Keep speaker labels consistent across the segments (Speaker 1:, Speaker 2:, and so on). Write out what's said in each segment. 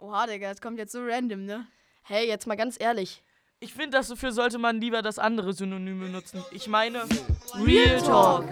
Speaker 1: Oha, Digga, das kommt jetzt so random, ne? Hey, jetzt mal ganz ehrlich.
Speaker 2: Ich finde, dafür sollte man lieber das andere Synonym benutzen. Ich meine,
Speaker 1: Real Talk.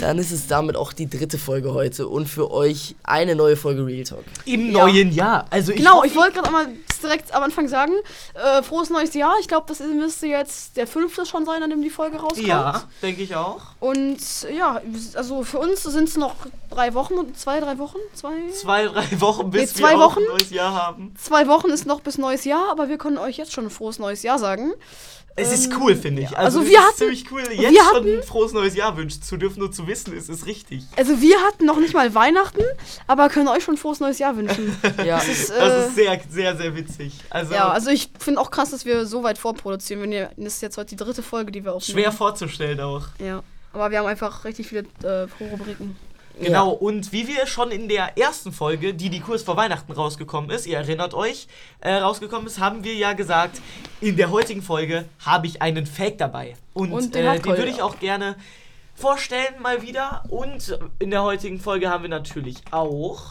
Speaker 3: Dann ist es damit auch die dritte Folge heute und für euch eine neue Folge Real Talk.
Speaker 4: Im neuen Jahr. Also ich
Speaker 1: Genau, ich wollte gerade mal direkt am Anfang sagen, äh, frohes neues Jahr. Ich glaube, das müsste jetzt der fünfte schon sein, an dem die Folge rauskommt.
Speaker 4: Ja, denke ich auch.
Speaker 1: Und ja, also für uns sind es noch drei Wochen, zwei, drei Wochen, zwei,
Speaker 4: Zwei, drei Wochen, bis
Speaker 1: Nee, zwei
Speaker 4: wir auch ein
Speaker 1: Wochen.
Speaker 4: neues Jahr haben.
Speaker 1: zwei Wochen ist noch bis neues Jahr, aber wir können euch jetzt schon ein frohes neues Jahr sagen.
Speaker 4: Es ist cool, finde ich.
Speaker 1: also
Speaker 4: Also, es
Speaker 1: wir
Speaker 4: ist
Speaker 1: hatten-
Speaker 4: ziemlich cool,
Speaker 1: wir
Speaker 4: jetzt schon
Speaker 1: hatten-
Speaker 4: ein frohes neues Jahr wünschen zu dürfen und zu wissen, es ist richtig.
Speaker 1: Also wir hatten noch nicht mal Weihnachten, aber können euch schon ein frohes neues Jahr wünschen.
Speaker 3: Ja,
Speaker 1: ist, äh,
Speaker 4: Das ist sehr, sehr, sehr witzig. Also,
Speaker 1: ja, also ich finde auch krass, dass wir so weit vorproduzieren. Wenn ihr, das ist jetzt heute die dritte Folge, die wir aufnehmen.
Speaker 4: schwer vorzustellen auch.
Speaker 1: Ja. Aber wir haben einfach richtig viele äh, Pro-Rubriken.
Speaker 4: Genau, und wie wir schon in der ersten Folge, die die Kurs vor Weihnachten rausgekommen ist, ihr erinnert euch, äh, rausgekommen ist, haben wir ja gesagt, in der heutigen Folge habe ich einen Fake dabei. Und,
Speaker 1: Und den
Speaker 4: den, äh, den
Speaker 1: Hardcore,
Speaker 4: würde ich
Speaker 1: ja.
Speaker 4: auch gerne vorstellen mal wieder. Und in der heutigen Folge haben wir natürlich auch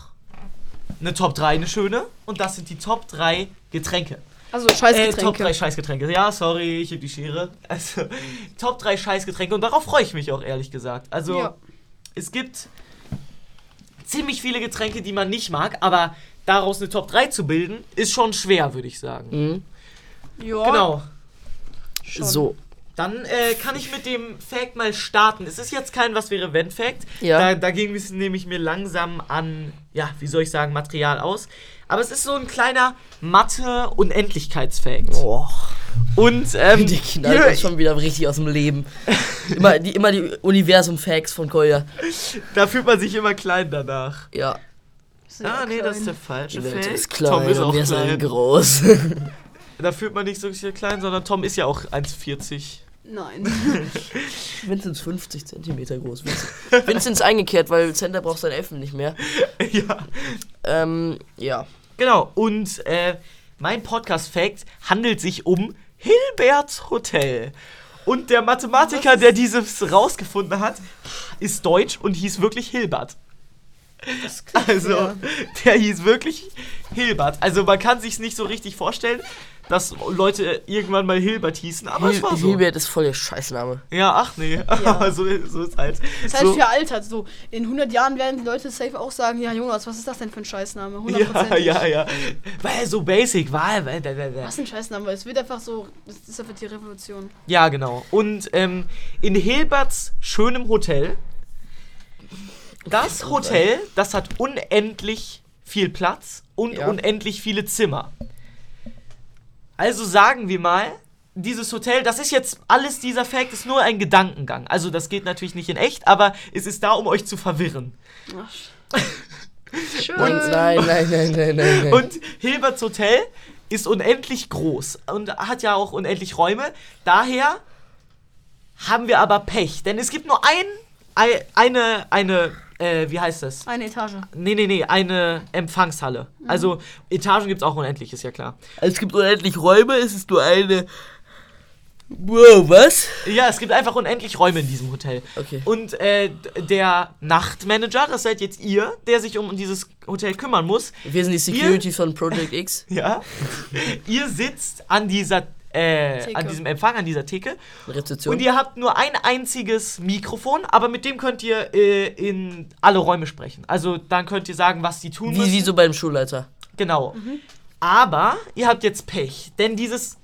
Speaker 4: eine Top 3, eine schöne. Und das sind die Top 3 Getränke.
Speaker 1: Also scheiß
Speaker 4: Äh, Top
Speaker 1: Getränke.
Speaker 4: 3 Scheißgetränke. Ja, sorry, ich heb die Schere. Also, Top 3 Scheißgetränke. Und darauf freue ich mich auch, ehrlich gesagt. Also,
Speaker 1: Ja.
Speaker 4: es gibt ziemlich viele Getränke, die man nicht mag, aber daraus eine Top 3 zu bilden, ist schon schwer, würde ich sagen.
Speaker 3: Mhm.
Speaker 1: ja,
Speaker 4: Genau.
Speaker 1: schon.
Speaker 3: So,
Speaker 4: Dann äh, kann ich mit dem Fact mal starten. Es ist jetzt kein Was wäre wenn Fact.
Speaker 3: Ja.
Speaker 4: Da, dagegen müssen nehme ich mir langsam an, ja, wie soll ich sagen, Material aus. Aber es ist so ein kleiner Mathe-Unendlichkeitsfact.
Speaker 3: boah,
Speaker 4: Und ähm,
Speaker 3: Oh. die knallt
Speaker 4: hier-
Speaker 3: uns schon wieder richtig aus dem Leben. Immer die, immer die Universum-Facts von Kolja.
Speaker 4: Da fühlt man sich immer klein danach.
Speaker 3: Ja,
Speaker 1: Sehr
Speaker 4: ah, nee, das ist der
Speaker 1: klein.
Speaker 4: falsche
Speaker 3: die Welt
Speaker 4: Fact.
Speaker 3: ist klein
Speaker 4: Tom ist auch
Speaker 3: und wir sind
Speaker 4: klein.
Speaker 3: groß.
Speaker 4: Da fühlt man nicht so sehr klein, sondern Tom ist ja auch 1,40.
Speaker 1: Nein.
Speaker 3: Vincent ist 50 Zentimeter groß. Vincent, Vincent ist eingekehrt, weil Center braucht seine Elfen nicht mehr.
Speaker 4: ja.
Speaker 3: Ähm, ja.
Speaker 4: Genau, und äh, mein Podcast-Fact handelt sich um Hilberts Hotel. Und der Mathematiker, der dieses rausgefunden hat, ist deutsch und hieß wirklich Hilbert. Also,
Speaker 1: ja.
Speaker 4: der hieß wirklich Hilbert. Also, man kann sich's nicht so richtig vorstellen, dass Leute irgendwann mal Hilbert hießen, aber es
Speaker 3: Hil
Speaker 4: war so.
Speaker 3: Hilbert ist voll der Scheißname.
Speaker 4: Ja, ach nee. Aber so, so ist halt.
Speaker 1: Das heißt,
Speaker 4: so,
Speaker 1: veraltert. So, in 100 Jahren werden die Leute safe auch sagen: Ja, Jonas, was ist das denn für ein Scheißname? 100%.
Speaker 4: ja, ja, ja. Weil so basic war. weil- weil- weil- weil.
Speaker 1: Was ein Scheißname, weil es wird einfach so, das ist einfach die Revolution.
Speaker 4: Ja, genau. Und ähm, in Hilberts schönem Hotel. Das Hotel, das hat unendlich viel Platz und
Speaker 3: Ja.
Speaker 4: unendlich viele Zimmer. Also sagen wir mal, dieses Hotel, das ist jetzt alles, dieser Fact ist nur ein Gedankengang. Also das geht natürlich nicht in echt, aber es ist da, um euch zu verwirren.
Speaker 1: Ach, Schön.
Speaker 3: Und nein, nein, nein, nein, nein. nein.
Speaker 4: Und Hilberts Hotel ist unendlich groß und hat ja auch unendlich Räume. Daher haben wir aber Pech, denn es gibt nur ein, ei- eine, eine, äh, wie heißt das?
Speaker 1: Eine Etage.
Speaker 4: Nee, nee, nee, eine Empfangshalle. Also Etagen gibt es auch unendlich, ist ja klar.
Speaker 3: es gibt unendlich Räume, es ist nur eine. Wow, was?
Speaker 4: Ja, es gibt einfach unendlich Räume in diesem Hotel.
Speaker 3: Okay.
Speaker 4: Und äh, d- der Nachtmanager, das seid jetzt ihr, der sich um dieses Hotel kümmern muss,
Speaker 3: Wir sind die Security von Project X.
Speaker 4: Ja. Ihr sitzt an dieser äh,
Speaker 1: Theke.
Speaker 4: an diesem Empfang, an dieser Theke.
Speaker 3: Rezeption.
Speaker 4: Und ihr habt nur ein einziges Mikrofon, aber mit dem könnt ihr äh, in alle Räume sprechen. Also dann könnt ihr sagen, was die tun
Speaker 3: Wie,
Speaker 4: müssen.
Speaker 3: wie so Mhm. beim Schulleiter.
Speaker 4: Genau. Aber ihr habt jetzt Pech, denn dieses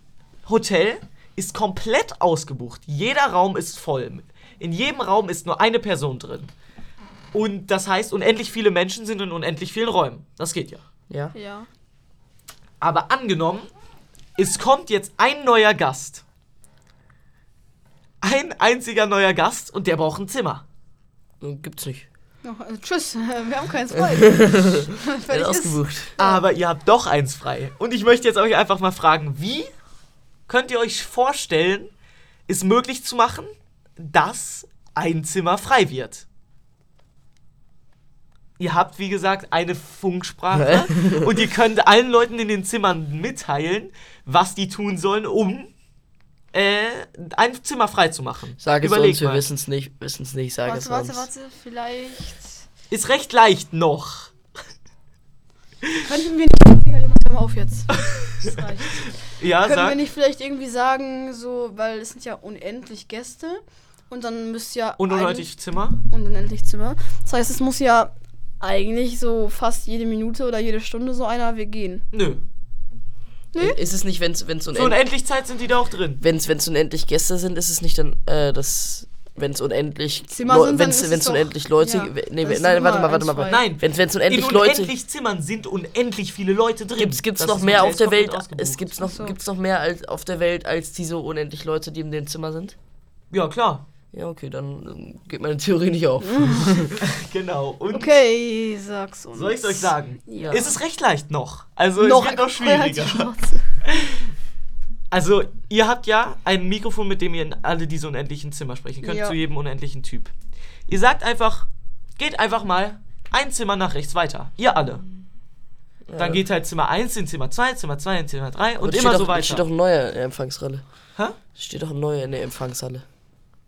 Speaker 4: Hotel ist komplett ausgebucht. Jeder Raum ist voll. In jedem Raum ist nur eine Person drin. Und das heißt, unendlich viele Menschen sind in unendlich vielen Räumen. Das geht ja.
Speaker 3: Ja.
Speaker 1: Ja.
Speaker 4: Aber angenommen, es kommt jetzt ein neuer Gast. Ein einziger neuer Gast und der braucht ein Zimmer.
Speaker 3: Und Gibt's nicht.
Speaker 1: Ja, also tschüss, wir haben keins frei.
Speaker 3: Wird
Speaker 1: Fertig ist.
Speaker 3: ausgebucht.
Speaker 4: Aber ihr habt doch eins frei. Und ich möchte jetzt euch einfach mal fragen, wie könnt ihr euch vorstellen, es möglich zu machen, dass ein Zimmer frei wird? Ihr habt, wie gesagt, eine Funksprache und ihr könnt allen Leuten in den Zimmern mitteilen, was die tun sollen, um äh, ein Zimmer freizumachen.
Speaker 3: Sag es
Speaker 4: Überleg
Speaker 3: uns, wir
Speaker 4: mal.
Speaker 3: wissen es nicht, wissen es nicht, sag es
Speaker 1: Warte, warte,
Speaker 3: uns.
Speaker 1: warte, vielleicht.
Speaker 4: Ist recht leicht noch.
Speaker 1: Könnten wir nicht. Digga, Junge, hör mal auf jetzt. Das reicht.
Speaker 4: Ja,
Speaker 1: Können wir
Speaker 4: Ah, sag.
Speaker 1: nicht vielleicht irgendwie sagen, so, weil es sind ja unendlich Gäste und dann müsste ja.
Speaker 4: Und
Speaker 1: eigentlich-
Speaker 4: unnötig Zimmer?
Speaker 1: Unendlich Zimmer. Das heißt, es muss ja eigentlich so fast jede Minute oder jede Stunde so einer wir gehen.
Speaker 4: Nö.
Speaker 1: Hm?
Speaker 3: Ist es nicht, wenn es unendlich,
Speaker 4: So unendlich Zeit sind die da auch drin.
Speaker 3: wenn's, wenn's unendlich Gäste sind, ist es nicht dann, äh, das, wenn es unendlich,
Speaker 1: Zimmer
Speaker 3: Leu-
Speaker 1: sind, dann
Speaker 3: wenn's,
Speaker 1: ist es
Speaker 3: wenn's
Speaker 1: doch-
Speaker 3: unendlich Leute,
Speaker 1: ja,
Speaker 3: nee,
Speaker 1: das ist
Speaker 3: nein,
Speaker 1: immer
Speaker 3: warte mal, warte
Speaker 1: ein,
Speaker 3: mal,
Speaker 1: zwei.
Speaker 3: warte.
Speaker 4: Nein.
Speaker 3: Wenn's, wenn's
Speaker 4: In
Speaker 3: unendlich Leute,
Speaker 4: unendlich Zimmern sind unendlich viele Leute drin.
Speaker 3: gibt's, gibt's
Speaker 4: Das
Speaker 3: noch
Speaker 4: ist
Speaker 3: mehr
Speaker 4: Hotel
Speaker 3: auf der
Speaker 4: komplett
Speaker 3: Welt,
Speaker 4: ausgebucht.
Speaker 3: es gibt's noch,
Speaker 1: Ach so.
Speaker 3: gibt's noch mehr als, auf der Welt als diese unendlich Leute, die in dem Zimmer sind?
Speaker 4: Ja, klar.
Speaker 3: Ja, okay, dann ähm, geht meine Theorie nicht auf.
Speaker 4: Genau. Und
Speaker 1: Okay, sag's uns.
Speaker 4: soll ich es euch sagen?
Speaker 3: Ja.
Speaker 4: Ist es recht leicht noch. Also
Speaker 1: noch,
Speaker 4: es wird noch
Speaker 1: Feuer hat die
Speaker 4: schwieriger.
Speaker 1: Schnauze.
Speaker 4: Also ihr habt ja ein Mikrofon, mit dem ihr in alle diese unendlichen Zimmer sprechen könnt,
Speaker 1: Ja.
Speaker 4: zu jedem unendlichen Typ. Ihr sagt einfach, geht einfach mal ein Zimmer nach rechts weiter. Ihr alle. Dann geht halt Zimmer 1 in Zimmer 2, Zimmer 2 in Zimmer 3
Speaker 3: Aber
Speaker 4: und
Speaker 3: da
Speaker 4: immer
Speaker 3: steht
Speaker 4: so
Speaker 3: doch, da steht
Speaker 4: weiter.
Speaker 3: doch ein neuer in der Empfangshalle.
Speaker 4: Hä?
Speaker 3: Steht doch ein neuer in der Empfangshalle.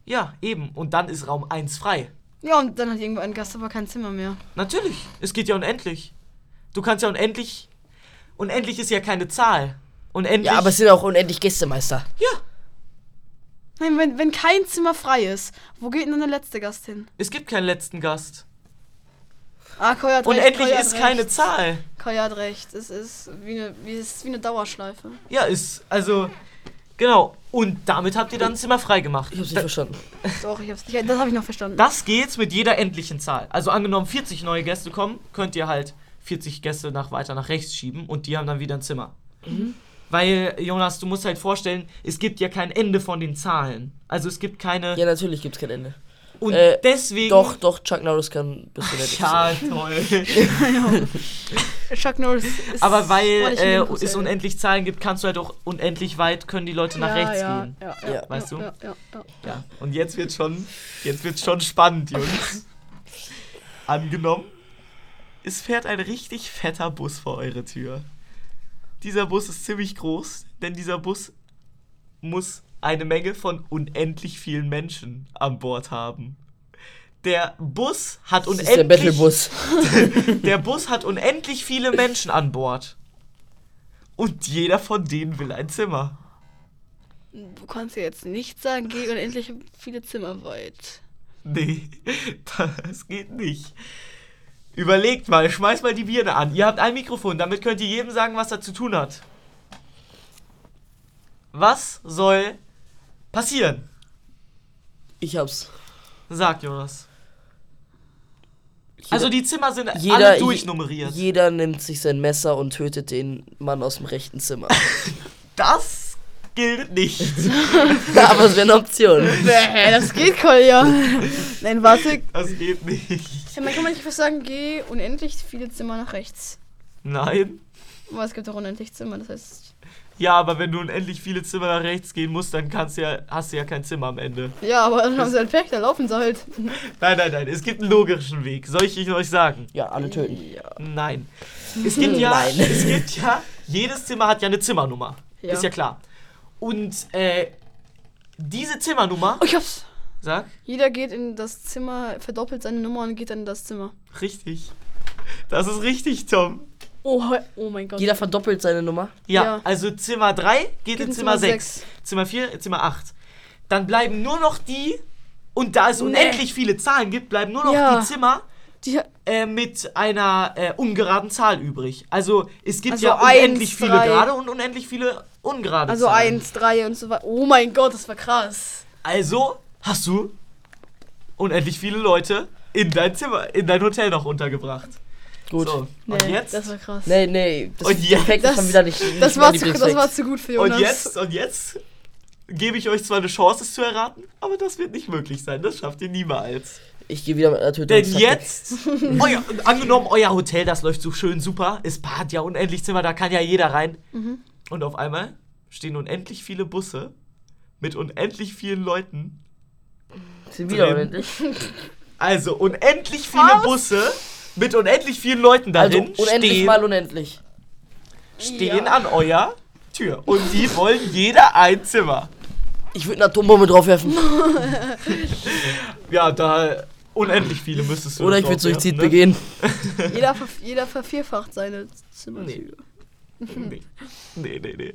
Speaker 4: Ja, eben. Und dann ist Raum 1 frei.
Speaker 1: Ja, und dann hat irgendwo ein Gast aber kein Zimmer mehr.
Speaker 4: Natürlich. Es geht ja unendlich. Du kannst ja unendlich. Unendlich ist ja keine Zahl. Unendlich.
Speaker 3: Ja, aber es sind auch unendlich Gästemeister.
Speaker 4: ja,
Speaker 1: Nein, wenn, wenn kein Zimmer frei ist, wo geht denn dann der letzte Gast hin?
Speaker 4: es gibt keinen letzten Gast.
Speaker 1: Ah, Koi hat recht.
Speaker 4: Unendlich
Speaker 1: Koi hat
Speaker 4: ist
Speaker 1: recht.
Speaker 4: keine Zahl.
Speaker 1: Koi hat recht. Es ist wie eine, wie, es ist wie eine Dauerschleife.
Speaker 4: Ja, ist. Also. Genau. Und damit habt ihr dann ein Zimmer frei gemacht.
Speaker 3: Ich hab's nicht
Speaker 4: Da-
Speaker 3: verstanden.
Speaker 1: Doch, ich hab's nicht. Das habe ich noch verstanden.
Speaker 4: Das geht's mit jeder endlichen Zahl. Also angenommen 40 neue Gäste kommen, könnt ihr halt 40 Gäste nach weiter nach rechts schieben und die haben dann wieder ein Zimmer.
Speaker 3: Mhm.
Speaker 4: Weil, Jonas, du musst halt vorstellen, es gibt ja kein Ende von den Zahlen. Also es gibt keine.
Speaker 3: Ja, natürlich gibt's kein Ende.
Speaker 4: und
Speaker 3: äh,
Speaker 4: deswegen.
Speaker 3: Doch, doch, Chuck Norris kann bis unendlich.
Speaker 4: Ja, toll.
Speaker 1: Chuck Norris ist.
Speaker 4: Aber
Speaker 1: war
Speaker 4: weil
Speaker 1: nicht
Speaker 4: äh,
Speaker 1: in dem Hotel.
Speaker 4: es unendlich Zahlen gibt, kannst du halt auch unendlich weit, können die Leute
Speaker 1: ja,
Speaker 4: nach rechts
Speaker 1: ja,
Speaker 4: gehen.
Speaker 1: Ja,
Speaker 3: Ja,
Speaker 1: ja,
Speaker 4: weißt
Speaker 1: ja,
Speaker 4: du?
Speaker 1: Ja, ja, ja.
Speaker 4: Ja. Und jetzt wird schon, jetzt wird schon spannend, Jungs. Angenommen, es fährt ein richtig fetter Bus vor eure Tür. Dieser Bus ist ziemlich groß, denn dieser Bus muss eine Menge von unendlich vielen Menschen an Bord haben. Der Bus hat
Speaker 3: Das ist der
Speaker 4: unendlich
Speaker 3: Battlebus.
Speaker 4: Der Bus hat unendlich viele Menschen an Bord. Und jeder von denen will ein Zimmer.
Speaker 1: Du kannst ja jetzt nicht sagen, geh unendlich viele Zimmer weit.
Speaker 4: Nee, das geht nicht. Überlegt mal, schmeißt mal die Birne an. Ihr habt ein Mikrofon, damit könnt ihr jedem sagen, was er zu tun hat. Was soll passieren?
Speaker 3: Ich hab's.
Speaker 4: Sagt Jonas.
Speaker 3: Jeder,
Speaker 4: Also die Zimmer sind
Speaker 3: jeder-
Speaker 4: alle durchnummeriert.
Speaker 3: Jeder nimmt sich sein Messer und tötet den Mann aus dem rechten Zimmer.
Speaker 4: Das gilt nicht.
Speaker 3: Aber es wäre eine Option.
Speaker 1: Nee, das geht, Kolja. Nein, warte.
Speaker 4: Das geht nicht.
Speaker 1: Ja, man kann man nicht einfach sagen, geh unendlich viele Zimmer nach rechts.
Speaker 4: Nein.
Speaker 1: Aber es gibt doch unendlich Zimmer, das heißt.
Speaker 4: Ja, aber wenn du unendlich viele Zimmer nach rechts gehen musst, dann kannst du ja, hast du ja kein Zimmer am Ende.
Speaker 1: Ja, aber dann haben sie halt Pech, da laufen sie halt.
Speaker 4: Nein, nein, nein. Es gibt einen logischen Weg. Soll ich ihn euch sagen?
Speaker 3: Ja, alle töten.
Speaker 1: Ja.
Speaker 4: Nein. Es gibt ja.
Speaker 3: Nein.
Speaker 4: Es gibt ja. Jedes Zimmer hat ja eine Zimmernummer.
Speaker 1: Ja.
Speaker 4: Ist ja klar. Und äh, diese Zimmernummer.
Speaker 1: Oh, ich hab's.
Speaker 4: Sag.
Speaker 1: Jeder geht in das Zimmer, verdoppelt seine Nummer und geht dann in das Zimmer.
Speaker 4: Richtig. Das ist richtig, Tom.
Speaker 1: Oh, he- oh mein Gott.
Speaker 3: Jeder verdoppelt seine Nummer.
Speaker 4: Ja,
Speaker 1: Ja.
Speaker 4: also Zimmer 3 geht in Zimmer 6.
Speaker 1: sechs.
Speaker 4: Zimmer 4, Zimmer 8. Dann bleiben nur noch die. Und da es unendlich viele Zahlen gibt, bleiben nur noch
Speaker 1: Ja.
Speaker 4: die Zimmer,
Speaker 1: Die,
Speaker 4: äh, mit einer äh, ungeraden Zahl übrig. Also es gibt
Speaker 1: Also
Speaker 4: ja unendlich
Speaker 1: eins,
Speaker 4: viele
Speaker 1: drei.
Speaker 4: gerade und unendlich viele ungerade
Speaker 1: also
Speaker 4: Zahlen.
Speaker 1: 1, 3 und so weiter. Oh mein Gott, das war krass.
Speaker 4: Also hast du unendlich viele Leute in dein Zimmer, in dein Hotel noch untergebracht.
Speaker 3: Gut.
Speaker 4: So, und jetzt?
Speaker 1: Das war krass.
Speaker 3: Nee, nee. Das
Speaker 4: Und
Speaker 3: der
Speaker 4: jetzt-
Speaker 3: Fact ist
Speaker 1: Das-
Speaker 3: dann wieder nicht. nicht
Speaker 1: Das
Speaker 3: mein
Speaker 1: war, zu, das
Speaker 3: Lieblingsfact.
Speaker 1: war zu gut für Jonas.
Speaker 4: Und jetzt? Und jetzt? Gebe ich euch zwar eine Chance, es zu erraten, aber das wird nicht möglich sein. Das schafft ihr niemals.
Speaker 3: Ich gehe wieder mit einer
Speaker 4: Denn
Speaker 3: Tötungstaktik.
Speaker 4: jetzt, euer, angenommen, euer Hotel, das läuft so schön super, es hat ja unendlich Zimmer, da kann ja jeder rein.
Speaker 3: Mhm.
Speaker 4: Und auf einmal stehen unendlich viele Busse mit unendlich vielen Leuten.
Speaker 3: Sind wieder
Speaker 4: drin.
Speaker 3: unendlich.
Speaker 4: Also unendlich viele
Speaker 1: Was?
Speaker 4: Busse mit unendlich vielen Leuten
Speaker 3: Also
Speaker 4: darin
Speaker 3: unendlich
Speaker 4: stehen,
Speaker 3: mal unendlich.
Speaker 4: stehen an euer Tür. Und die wollen jeder ein Zimmer.
Speaker 3: Ich würde eine Atombombe draufwerfen.
Speaker 4: Ja, da unendlich viele müsstest du.
Speaker 3: Oder ich
Speaker 4: drauf
Speaker 3: würde
Speaker 4: werfen,
Speaker 3: Suizid
Speaker 4: ne?
Speaker 3: begehen.
Speaker 1: Jeder, ver- jeder vervierfacht seine Zimmertür.
Speaker 4: Nee. nee, nee, nee.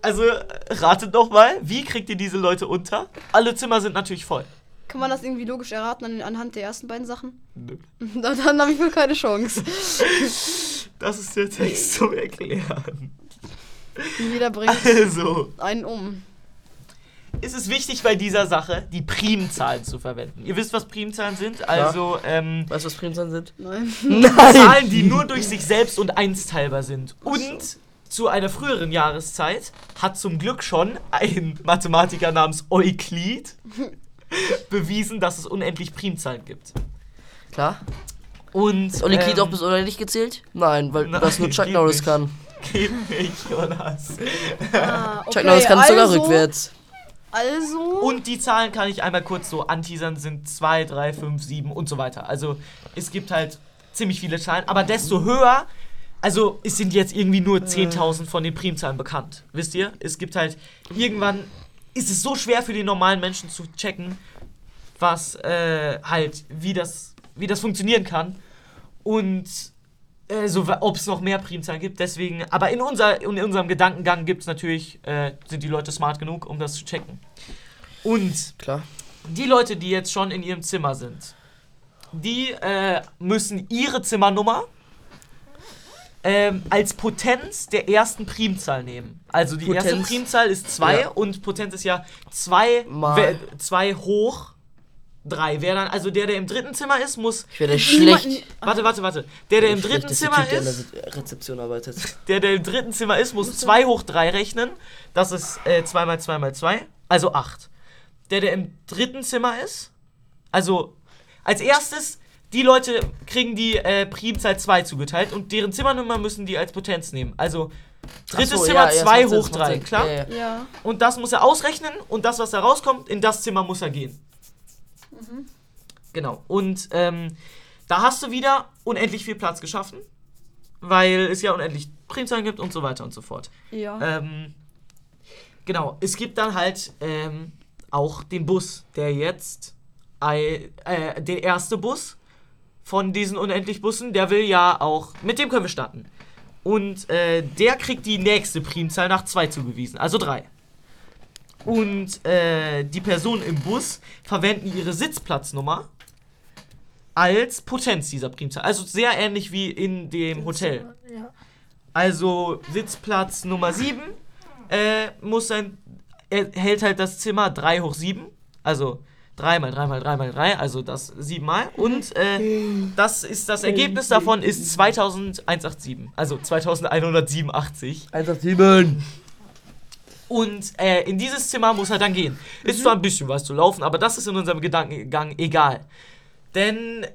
Speaker 4: Also, ratet nochmal, wie kriegt ihr diese Leute unter? Alle Zimmer sind natürlich voll.
Speaker 1: Kann man das irgendwie logisch erraten an, anhand der ersten beiden Sachen?
Speaker 4: Nö.
Speaker 1: Na, dann habe ich wohl keine Chance.
Speaker 4: Das ist der Text zum Erklären.
Speaker 1: Jeder bringt
Speaker 4: Also,
Speaker 1: einen um.
Speaker 4: ist es wichtig bei dieser Sache, die Primzahlen zu verwenden. Ihr wisst, was Primzahlen sind, also ähm,
Speaker 3: Weißt du, was Primzahlen sind?
Speaker 1: Nein.
Speaker 3: Nein!
Speaker 4: Zahlen, die nur durch sich selbst und eins teilbar sind. Und zu einer früheren Jahreszeit hat zum Glück schon ein Mathematiker namens Euklid bewiesen, dass es unendlich Primzahlen gibt.
Speaker 3: Klar.
Speaker 4: Und
Speaker 3: Ist Oliklid
Speaker 4: ähm,
Speaker 3: auch bis unendlich gezählt? Nein, weil
Speaker 4: nein,
Speaker 3: das nur Chuck
Speaker 4: geht
Speaker 3: Norris
Speaker 4: nicht.
Speaker 3: kann.
Speaker 4: Gib mich, Jonas.
Speaker 1: Ah,
Speaker 3: Chuck Norris kann es sogar rückwärts.
Speaker 1: Also.
Speaker 4: Und die Zahlen kann ich einmal kurz so anteasern, sind 2, 3, 5, 7 und so weiter. Also es gibt halt ziemlich viele Zahlen, aber desto höher, also es sind jetzt irgendwie nur 10.000 von den Primzahlen bekannt. Wisst ihr? Es gibt halt, irgendwann ist es so schwer für den normalen Menschen zu checken, was äh, halt, wie das, wie das funktionieren kann. Und äh, so, ob es noch mehr Primzahlen gibt, deswegen, aber in, unser, in unserem Gedankengang gibt es natürlich, äh, sind die Leute smart genug, um das zu checken. Und
Speaker 3: Klar.
Speaker 4: die Leute, die jetzt schon in ihrem Zimmer sind, die äh, müssen ihre Zimmernummer ähm, als Potenz der ersten Primzahl nehmen. Also die erste
Speaker 3: Potenz.
Speaker 4: Primzahl ist 2
Speaker 3: Ja.
Speaker 4: und Potenz ist ja 2
Speaker 3: Mal.
Speaker 4: 2 hoch 3. Wer dann, also der, der im dritten Zimmer ist, muss.
Speaker 3: Ich wäre der
Speaker 1: niemand-
Speaker 3: schlecht.
Speaker 4: Warte, warte, warte. Der, der im
Speaker 3: der
Speaker 4: dritten
Speaker 3: schlechteste
Speaker 4: Zimmer
Speaker 3: Typ, der
Speaker 4: ist,
Speaker 3: an der Rezeption arbeitet.
Speaker 4: der, der im dritten Zimmer ist, muss 2 hoch 3 rechnen. Das ist 2 mal 2 mal 2, also 8. Der, der im dritten Zimmer ist, also als erstes, die Leute kriegen die äh, Primzahl 2 zugeteilt und deren Zimmernummer müssen die als Potenz nehmen. Also drittes
Speaker 3: Ach so,
Speaker 4: Zimmer
Speaker 3: ja,
Speaker 4: 2
Speaker 3: ja, das macht Sinn,
Speaker 4: hoch
Speaker 3: das macht
Speaker 4: 3,
Speaker 3: Sinn.
Speaker 4: klar?
Speaker 3: Ja, ja.
Speaker 1: Ja.
Speaker 4: Und das muss er ausrechnen und das, was da rauskommt, in das Zimmer muss er gehen. Genau. Und ähm, da hast du wieder unendlich viel Platz geschaffen, weil es ja unendlich Primzahlen gibt und so weiter und so fort.
Speaker 1: Ja.
Speaker 4: Ähm, genau, es gibt dann halt ähm, auch den Bus, der jetzt ei- äh, der erste Bus von diesen unendlich Bussen, der will ja auch, mit dem können wir starten. Und äh, der kriegt die nächste Primzahl nach 2 zugewiesen, also 3. Und äh, die Personen im Bus verwenden ihre Sitzplatznummer als Potenz dieser Primzahl. Also sehr ähnlich wie in dem Hotel.
Speaker 1: Ja.
Speaker 4: Also Sitzplatz Nummer 7 äh, muss sein, er hält halt das Zimmer 3 hoch 7, also 3 mal 3 mal 3 mal 3, also das 7 mal. Und äh, das ist das Ergebnis davon ist 2187, also 2187.
Speaker 3: 187!
Speaker 4: Und äh, in dieses Zimmer muss er dann gehen. Ist zwar ein bisschen was zu laufen, aber das ist in unserem Gedankengang egal. Denn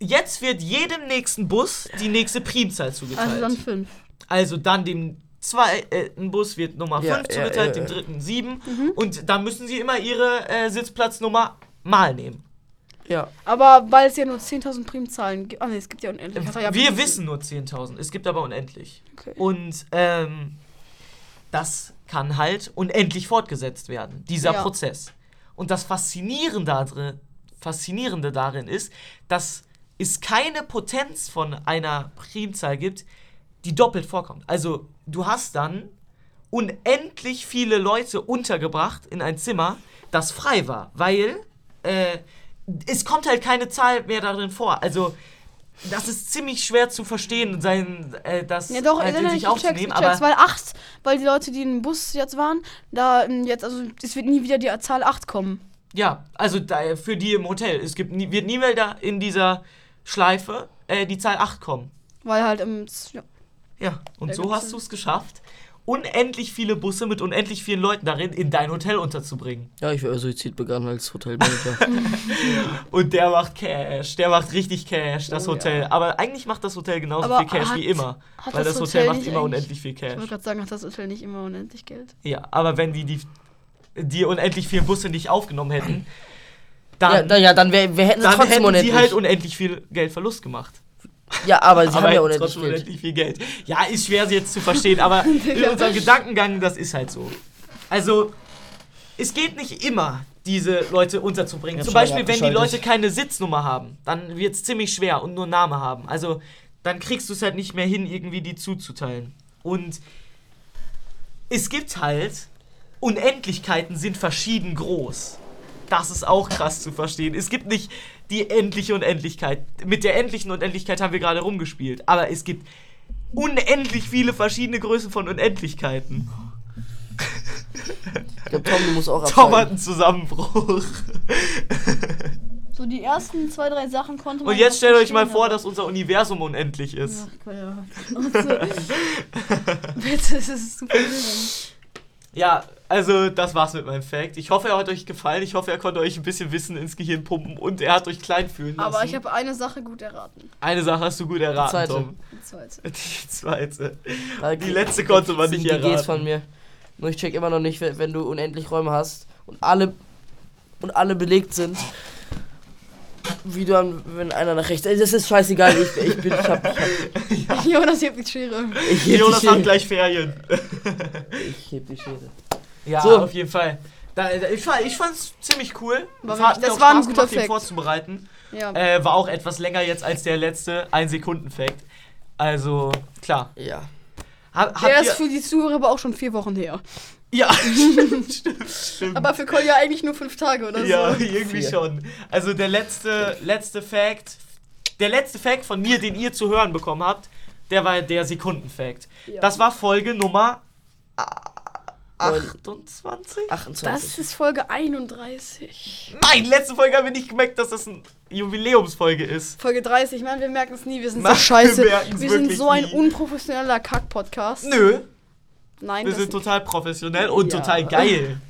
Speaker 4: jetzt wird jedem nächsten Bus die nächste Primzahl zugeteilt.
Speaker 1: Also dann fünf.
Speaker 4: Also dann dem zweiten Bus wird Nummer 5
Speaker 3: Ja, ja,
Speaker 4: zugeteilt,
Speaker 3: ja,
Speaker 4: dem
Speaker 3: ja.
Speaker 4: dritten 7.
Speaker 1: Mhm.
Speaker 4: Und dann müssen sie immer ihre äh, Sitzplatznummer mal nehmen.
Speaker 3: Ja.
Speaker 1: Aber weil es ja nur 10.000 Primzahlen gibt. Ah, nee, es gibt ja unendlich. Das war ja
Speaker 4: Wir wissen um nur 10.000, es gibt aber unendlich.
Speaker 1: Okay.
Speaker 4: Und ähm, das kann halt unendlich fortgesetzt werden, dieser
Speaker 1: Ja.
Speaker 4: Prozess. Und das Faszinierende darin, Faszinierende darin ist, dass es keine Potenz von einer Primzahl gibt, die doppelt vorkommt. Also du hast dann unendlich viele Leute untergebracht in ein Zimmer, das frei war, weil äh, es kommt halt keine Zahl mehr darin vor. Also das ist ziemlich schwer zu verstehen, sein, äh, das
Speaker 1: Ja doch,
Speaker 4: halt in
Speaker 1: erinnere ich
Speaker 4: sich
Speaker 1: check's, ich
Speaker 4: aufzunehmen.
Speaker 1: check's,
Speaker 4: aber
Speaker 1: weil 8, weil die Leute, die im Bus jetzt waren, da ähm, jetzt, also es wird nie wieder die Zahl 8 kommen.
Speaker 4: ja, also da, für die im Hotel. Es gibt nie, wird nie mehr da in dieser Schleife äh, die Zahl 8 kommen.
Speaker 1: Weil halt im. Z- Ja.
Speaker 4: Ja, und
Speaker 1: Da
Speaker 4: so
Speaker 1: gibt's
Speaker 4: hast
Speaker 1: ja-
Speaker 4: du es geschafft, unendlich viele Busse mit unendlich vielen Leuten darin in dein Hotel unterzubringen.
Speaker 3: Ja, ich wäre Suizid begangen als Hotelmanager.
Speaker 4: Und der macht Cash, der macht richtig Cash, das
Speaker 1: Oh,
Speaker 4: Hotel. Aber eigentlich macht das Hotel genauso
Speaker 1: Aber
Speaker 4: viel Cash
Speaker 1: hat-
Speaker 4: wie immer.
Speaker 1: hat
Speaker 4: Weil
Speaker 1: das
Speaker 4: das, Hotel,
Speaker 1: Hotel
Speaker 4: macht
Speaker 1: nicht
Speaker 4: immer
Speaker 1: eigentlich-
Speaker 4: unendlich viel
Speaker 1: Ich
Speaker 4: Cash.
Speaker 1: wollte gerade sagen, hat das Hotel nicht immer unendlich Geld.
Speaker 4: Ja, aber wenn die, die, die unendlich vielen Busse nicht aufgenommen hätten, dann,
Speaker 3: ja, da, ja, dann wär, wir hätten es
Speaker 4: dann
Speaker 3: trotzdem
Speaker 4: hätten
Speaker 3: unendlich.
Speaker 4: sie halt unendlich viel Geldverlust gemacht.
Speaker 3: ja, aber
Speaker 4: aber
Speaker 3: sie haben ja
Speaker 4: hätten
Speaker 3: unendlich
Speaker 4: trotzdem
Speaker 3: Geld.
Speaker 4: unendlich viel Geld. Ja, ist schwer jetzt zu verstehen, aber in unserem Gedankengang, das ist halt so. Also, es geht nicht immer, diese Leute unterzubringen.
Speaker 3: Ja,
Speaker 4: Zum
Speaker 3: schon mal
Speaker 4: Beispiel, wenn die
Speaker 3: abgeschaltet.
Speaker 4: Leute keine Sitznummer haben, dann wird es ziemlich schwer und nur Name haben. Also dann kriegst du es halt nicht mehr hin, irgendwie die zuzuteilen. Und es gibt halt, Unendlichkeiten sind verschieden groß. Das ist auch krass zu verstehen. Es gibt nicht die endliche Unendlichkeit. Mit der endlichen Unendlichkeit haben wir gerade rumgespielt. Aber es gibt unendlich viele verschiedene Größen von Unendlichkeiten.
Speaker 3: Ich glaube, Tom, du musst auch
Speaker 4: Tom hat
Speaker 3: abschalten.
Speaker 4: einen Zusammenbruch.
Speaker 1: So die ersten zwei, drei Sachen konnte man.
Speaker 4: Und jetzt
Speaker 1: noch
Speaker 4: stellt euch mal
Speaker 1: verstehen,
Speaker 4: vor,
Speaker 1: aber-
Speaker 4: dass unser Universum unendlich ist.
Speaker 1: Ach, ja. Bitte, das ist super. verwirrend.
Speaker 4: Ja, also das war's mit meinem Fact. Ich hoffe, er hat euch gefallen. Ich hoffe, er konnte euch ein bisschen Wissen ins Gehirn pumpen und er hat euch klein fühlen lassen.
Speaker 1: Aber ich habe eine Sache gut erraten.
Speaker 4: Eine Sache hast du gut erraten,
Speaker 3: zweite.
Speaker 4: Tom.
Speaker 1: Die zweite.
Speaker 4: Die zweite.
Speaker 3: Da
Speaker 4: Die
Speaker 3: krieg-
Speaker 4: letzte konnte man nicht
Speaker 3: Die geht
Speaker 4: erraten.
Speaker 3: von mir. Nur ich check immer noch nicht, we- wenn du unendlich Räume hast und alle und alle belegt sind, wie du dann, wenn einer nach rechts. Ey, Das ist scheißegal, ich, ich bin. Ich hab, ich hab,
Speaker 1: Jonas, ihr habt die Schere.
Speaker 3: ich heb
Speaker 4: Jonas
Speaker 3: die
Speaker 4: hat
Speaker 3: Schere.
Speaker 4: gleich Ferien.
Speaker 3: Ich heb die Schere.
Speaker 4: Ja,
Speaker 3: So.
Speaker 4: auf jeden Fall. Da, da, ich, fa- ich fand's ziemlich cool.
Speaker 1: War
Speaker 4: Es
Speaker 1: wirklich-
Speaker 4: mir
Speaker 1: das
Speaker 4: auch
Speaker 1: war ein
Speaker 4: Spaß
Speaker 1: guter
Speaker 4: gemacht, den
Speaker 1: Fact.
Speaker 4: vorzubereiten.
Speaker 1: Ja.
Speaker 4: Äh, war auch etwas länger jetzt als der letzte. Ein Sekunden-Fact. Also, klar.
Speaker 3: Ja.
Speaker 4: Ha, habt
Speaker 1: Der ist
Speaker 4: ihr-
Speaker 1: für die Zuhörer aber auch schon vier Wochen her.
Speaker 4: ja, stimmt, stimmt, stimmt.
Speaker 1: Aber für Kolja eigentlich nur fünf Tage oder so.
Speaker 4: ja, irgendwie
Speaker 3: Vier.
Speaker 4: schon. Also der letzte, letzte Fact, der letzte Fact von mir, den ihr zu hören bekommen habt, der war der Sekunden-Fact.
Speaker 1: Ja.
Speaker 4: Das war Folge Nummer
Speaker 3: Neun-
Speaker 4: 28?
Speaker 3: 28.
Speaker 1: Das ist Folge 31.
Speaker 4: Nein, letzte Folge haben wir nicht gemerkt, dass das eine Jubiläumsfolge ist.
Speaker 1: Folge 30, Mann, wir merken es nie, wir sind
Speaker 4: Nein,
Speaker 1: so scheiße.
Speaker 4: wir merken's
Speaker 1: Wir sind
Speaker 4: wirklich
Speaker 1: so ein
Speaker 4: nie.
Speaker 1: unprofessioneller Kack-Podcast.
Speaker 4: Nö,
Speaker 1: Nein,
Speaker 4: wir
Speaker 1: das
Speaker 4: sind total professionell und
Speaker 1: Ja.
Speaker 4: total geil.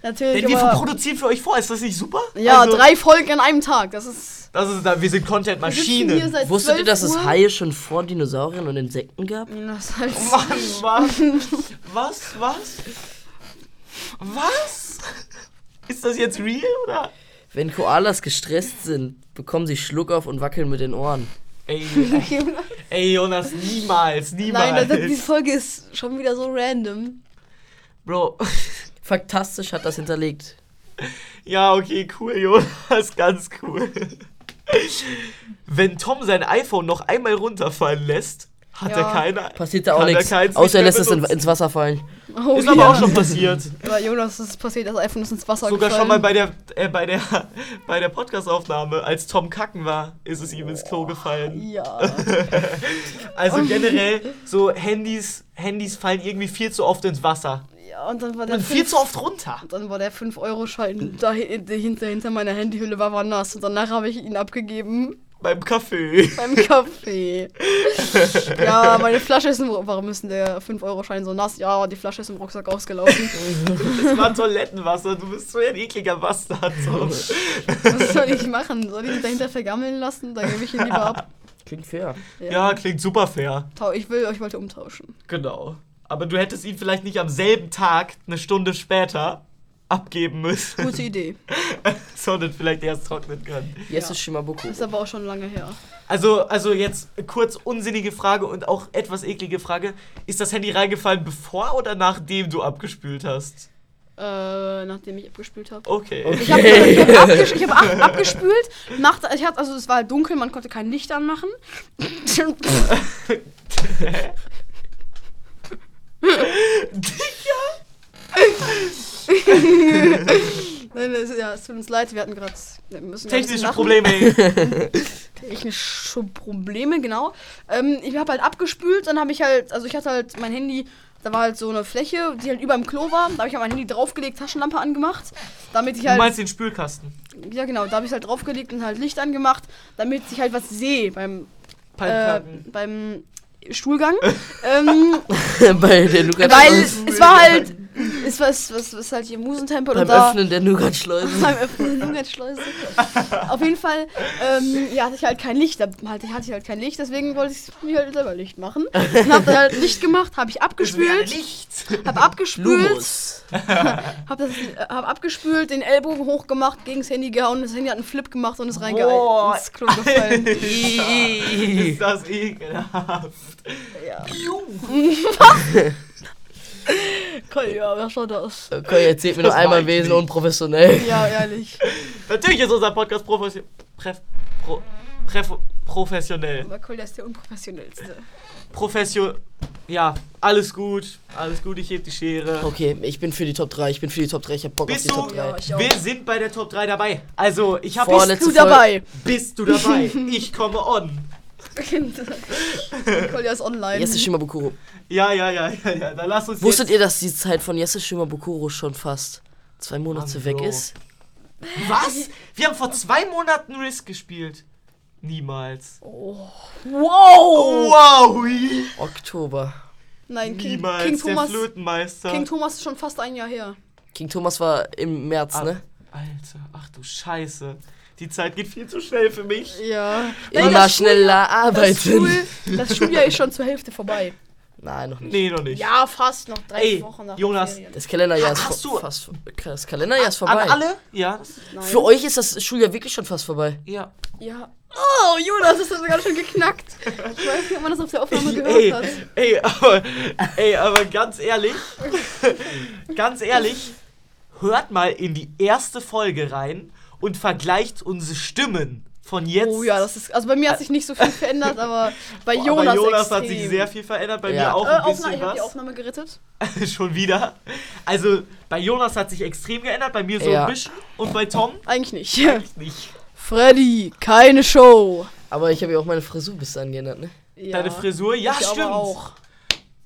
Speaker 1: natürlich.
Speaker 4: Denn wir
Speaker 1: aber-
Speaker 4: produzieren für euch vor, ist das nicht super?
Speaker 1: ja,
Speaker 4: Also,
Speaker 1: drei Folgen an einem Tag. Das ist.
Speaker 4: Das ist, wir sind
Speaker 1: wir sitzen Hier
Speaker 4: Content-Maschinen.
Speaker 1: seit
Speaker 3: Wusstet ihr,
Speaker 1: 12
Speaker 3: dass es
Speaker 1: Uhr?
Speaker 3: Haie schon vor Dinosauriern und Insekten gab?
Speaker 1: Das ist halt
Speaker 4: Mann, Mann. Was, was? Was? Ist das jetzt real oder?
Speaker 3: Wenn Koalas gestresst sind, bekommen sie Schluck auf und wackeln mit den Ohren.
Speaker 4: Ey, ey Jonas, niemals,
Speaker 1: Nein,
Speaker 4: niemals.
Speaker 1: das, das, diese Folge ist schon wieder so random.
Speaker 4: Bro.
Speaker 3: Faktastisch hat das hinterlegt.
Speaker 4: Ja, okay, cool, Jonas, ganz cool. Wenn Tom sein iPhone noch einmal runterfallen lässt, hat
Speaker 1: Ja.
Speaker 4: er keine.
Speaker 3: Passiert da
Speaker 4: Kann
Speaker 3: auch
Speaker 4: er
Speaker 3: nichts.
Speaker 4: keins nicht
Speaker 3: Außer er
Speaker 4: mehr
Speaker 3: lässt es in,
Speaker 4: benutzen.
Speaker 3: ins Wasser fallen.
Speaker 1: Oh,
Speaker 4: Ist aber auch schon passiert.
Speaker 1: Bei Jonas das ist passiert, das iPhone ist ins Wasser
Speaker 4: Sogar schon
Speaker 1: gefallen.
Speaker 4: mal bei der, äh, bei der, bei der Podcast-Aufnahme, als Tom kacken war, ist es ihm ins Klo gefallen.
Speaker 1: Ja.
Speaker 4: Also generell, so Handys, Handys fallen irgendwie viel zu oft ins Wasser.
Speaker 1: ja, und dann war der
Speaker 4: Und viel
Speaker 1: fünf,
Speaker 4: zu oft runter.
Speaker 1: und dann war der 5-Euro-Schein da hin- der hinter, hinter meiner Handyhülle war, war nass und danach habe ich ihn abgegeben
Speaker 4: Beim Kaffee.
Speaker 1: beim Kaffee. ja, meine Flasche ist im Ru- Warum ist denn der 5-Euro-Schein so nass? Ja, die Flasche ist im Rucksack ausgelaufen.
Speaker 4: Das war Toilettenwasser. Du bist so ein ekliger Bastard. So.
Speaker 1: Was soll ich machen? Soll ich ihn dahinter vergammeln lassen? Dann gebe ich ihn lieber ab.
Speaker 3: Klingt fair.
Speaker 4: Ja, klingt super fair.
Speaker 1: Tau- Ich will euch wollte umtauschen.
Speaker 4: Genau. Aber du hättest ihn vielleicht nicht am selben Tag, eine Stunde später, abgeben müssen,
Speaker 1: Gute Idee.
Speaker 4: sondern vielleicht erst trocknen können.
Speaker 3: Jetzt
Speaker 1: Ja.
Speaker 3: ist Shimabuku.
Speaker 1: Ist aber auch schon lange her.
Speaker 4: Also, also jetzt kurz unsinnige Frage und auch etwas eklige Frage. Ist das Handy reingefallen, bevor oder nachdem du abgespült hast?
Speaker 1: Äh, nachdem ich abgespült habe.
Speaker 4: Okay.
Speaker 1: Ich habe ich hab abges ich hab ab abgespült. Nach, ich hab, also es war halt dunkel, man konnte kein Licht anmachen. Nein, es, ja, es tut uns leid, wir hatten gerade wir müssen gerade ein bisschen
Speaker 4: Technische
Speaker 1: lachen.
Speaker 4: Probleme.
Speaker 1: Technische Probleme, genau. Ähm, ich habe halt abgespült, dann habe ich halt, also ich hatte halt mein Handy, da war halt so eine Fläche, die halt über dem Klo war. Da habe ich halt mein Handy draufgelegt, Taschenlampe angemacht, damit ich
Speaker 4: Du
Speaker 1: halt
Speaker 4: meinst den Spülkasten.
Speaker 1: Ja, genau, da habe ich halt draufgelegt und halt Licht angemacht, damit ich halt was sehe beim, äh, beim Stuhlgang. ähm,
Speaker 3: Bei der Nougat
Speaker 1: weil
Speaker 3: Schleuse.
Speaker 1: es war halt, es war, es war, es war halt hier im Musentempel
Speaker 3: Beim
Speaker 1: und da.
Speaker 3: Öffnen der Nougat Schleuse.
Speaker 1: Beim Öffnen der Nougatschleuse. Auf jeden Fall, ähm, ja, hatte ich halt kein Licht. Da hatte ich- hatte ich halt kein Licht, deswegen wollte ich mir halt selber Licht machen. Und hab dann halt Licht gemacht, habe ich abgespült,
Speaker 4: Licht.
Speaker 1: habe abgespült,
Speaker 3: Lumos.
Speaker 1: habe hab abgespült, den Ellbogen hochgemacht, gegen das Handy gehauen, das Handy hat einen Flip gemacht und ist
Speaker 4: Boah.
Speaker 1: reingegangen. Ins Klo gefallen.
Speaker 3: Eh.
Speaker 4: Ist das ekelhaft.
Speaker 1: Ja. Cool, ja, was war das?
Speaker 3: Okay, erzählt mir
Speaker 4: Das
Speaker 3: noch einmal
Speaker 4: weiß
Speaker 3: Wesen
Speaker 4: ich.
Speaker 3: unprofessionell.
Speaker 1: Ja, ehrlich.
Speaker 4: Natürlich ist unser Podcast professi- pref- pro- pref- professionell.
Speaker 1: Aber Kolja ist der unprofessionellste.
Speaker 4: Profession. Ja, alles gut. Alles gut, ich heb die Schere.
Speaker 3: Okay, ich bin für die Top 3, ich bin für die Top 3, ich hab Bock
Speaker 4: Bist
Speaker 3: auf
Speaker 4: du?
Speaker 3: die
Speaker 1: Ja,
Speaker 3: Top
Speaker 1: ich auch.
Speaker 4: Wir sind bei der Top 3 dabei. Also, ich habe.
Speaker 3: Vorletzte
Speaker 1: Bist du
Speaker 3: Folge.
Speaker 1: dabei?
Speaker 4: Bist du dabei? Ich komme on.
Speaker 1: Kolja ist
Speaker 3: 3.
Speaker 1: online.
Speaker 3: Jesse Shimabukuro.
Speaker 4: Ja, ja, ja, ja, ja. Dann lass uns.
Speaker 3: Wusstet ihr, dass die Zeit von Jesse Shimabukuro schon fast zwei Monate
Speaker 4: Mann,
Speaker 3: weg
Speaker 4: Bro.
Speaker 3: ist?
Speaker 4: jetzt Was? Wir haben vor zwei Monaten Risk gespielt. Niemals.
Speaker 3: Oh.
Speaker 1: Wow!
Speaker 4: Wow!
Speaker 3: Oktober.
Speaker 1: Nein, King,
Speaker 4: Niemals.
Speaker 1: King
Speaker 4: der
Speaker 1: Thomas.
Speaker 4: Flötenmeister.
Speaker 1: King Thomas ist schon fast ein Jahr her.
Speaker 3: King Thomas war im März,
Speaker 4: Ab-
Speaker 1: Ah.
Speaker 3: ne?
Speaker 4: Alter, ach du Scheiße. Die Zeit geht viel zu schnell für mich.
Speaker 1: Ja.
Speaker 3: Immer schneller
Speaker 1: das,
Speaker 3: arbeiten.
Speaker 1: Schul, das Schuljahr ist schon zur Hälfte vorbei.
Speaker 3: Nein, noch nicht.
Speaker 4: Nee, noch nicht.
Speaker 1: Ja, fast noch drei
Speaker 4: Ey,
Speaker 1: Wochen nach den
Speaker 4: Jonas.
Speaker 1: Ferien.
Speaker 3: Das Kalenderjahr ist
Speaker 4: Ha- hast
Speaker 3: vo-
Speaker 4: du-
Speaker 3: fast das Kalenderjahr ist vorbei.
Speaker 4: An alle? Ja.
Speaker 1: Nein.
Speaker 3: Für euch ist das Schuljahr wirklich schon fast vorbei.
Speaker 4: Ja.
Speaker 1: Ja. Oh, Jonas, das hat sogar schon geknackt. Ich weiß nicht, ob man das auf der Aufnahme gehört
Speaker 4: Ey,
Speaker 1: hat.
Speaker 4: ey, aber, ey, aber ganz ehrlich, ganz ehrlich, hört mal in die erste Folge rein und vergleicht unsere Stimmen von jetzt.
Speaker 1: Oh ja, das ist. Also bei mir hat sich nicht so viel verändert, aber bei
Speaker 4: Boah,
Speaker 1: Jonas.
Speaker 4: bei Jonas hat
Speaker 1: extrem.
Speaker 4: sich sehr viel verändert, bei
Speaker 3: Ja.
Speaker 4: mir auch
Speaker 1: Äh,
Speaker 4: ein
Speaker 1: Aufnahme,
Speaker 4: bisschen
Speaker 1: ich habe die
Speaker 4: was.
Speaker 1: Aufnahme gerettet.
Speaker 4: Schon wieder. Also bei Jonas hat sich extrem geändert, bei mir so
Speaker 3: Ja.
Speaker 4: ein bisschen und bei Tom
Speaker 1: Eigentlich nicht.
Speaker 4: nicht.
Speaker 1: Freddy, keine Show.
Speaker 3: Aber ich habe ja auch meine Frisur bis dahin geändert, ne?
Speaker 1: Ja.
Speaker 4: Deine Frisur, ja
Speaker 1: ich
Speaker 4: stimmt.
Speaker 1: Aber auch.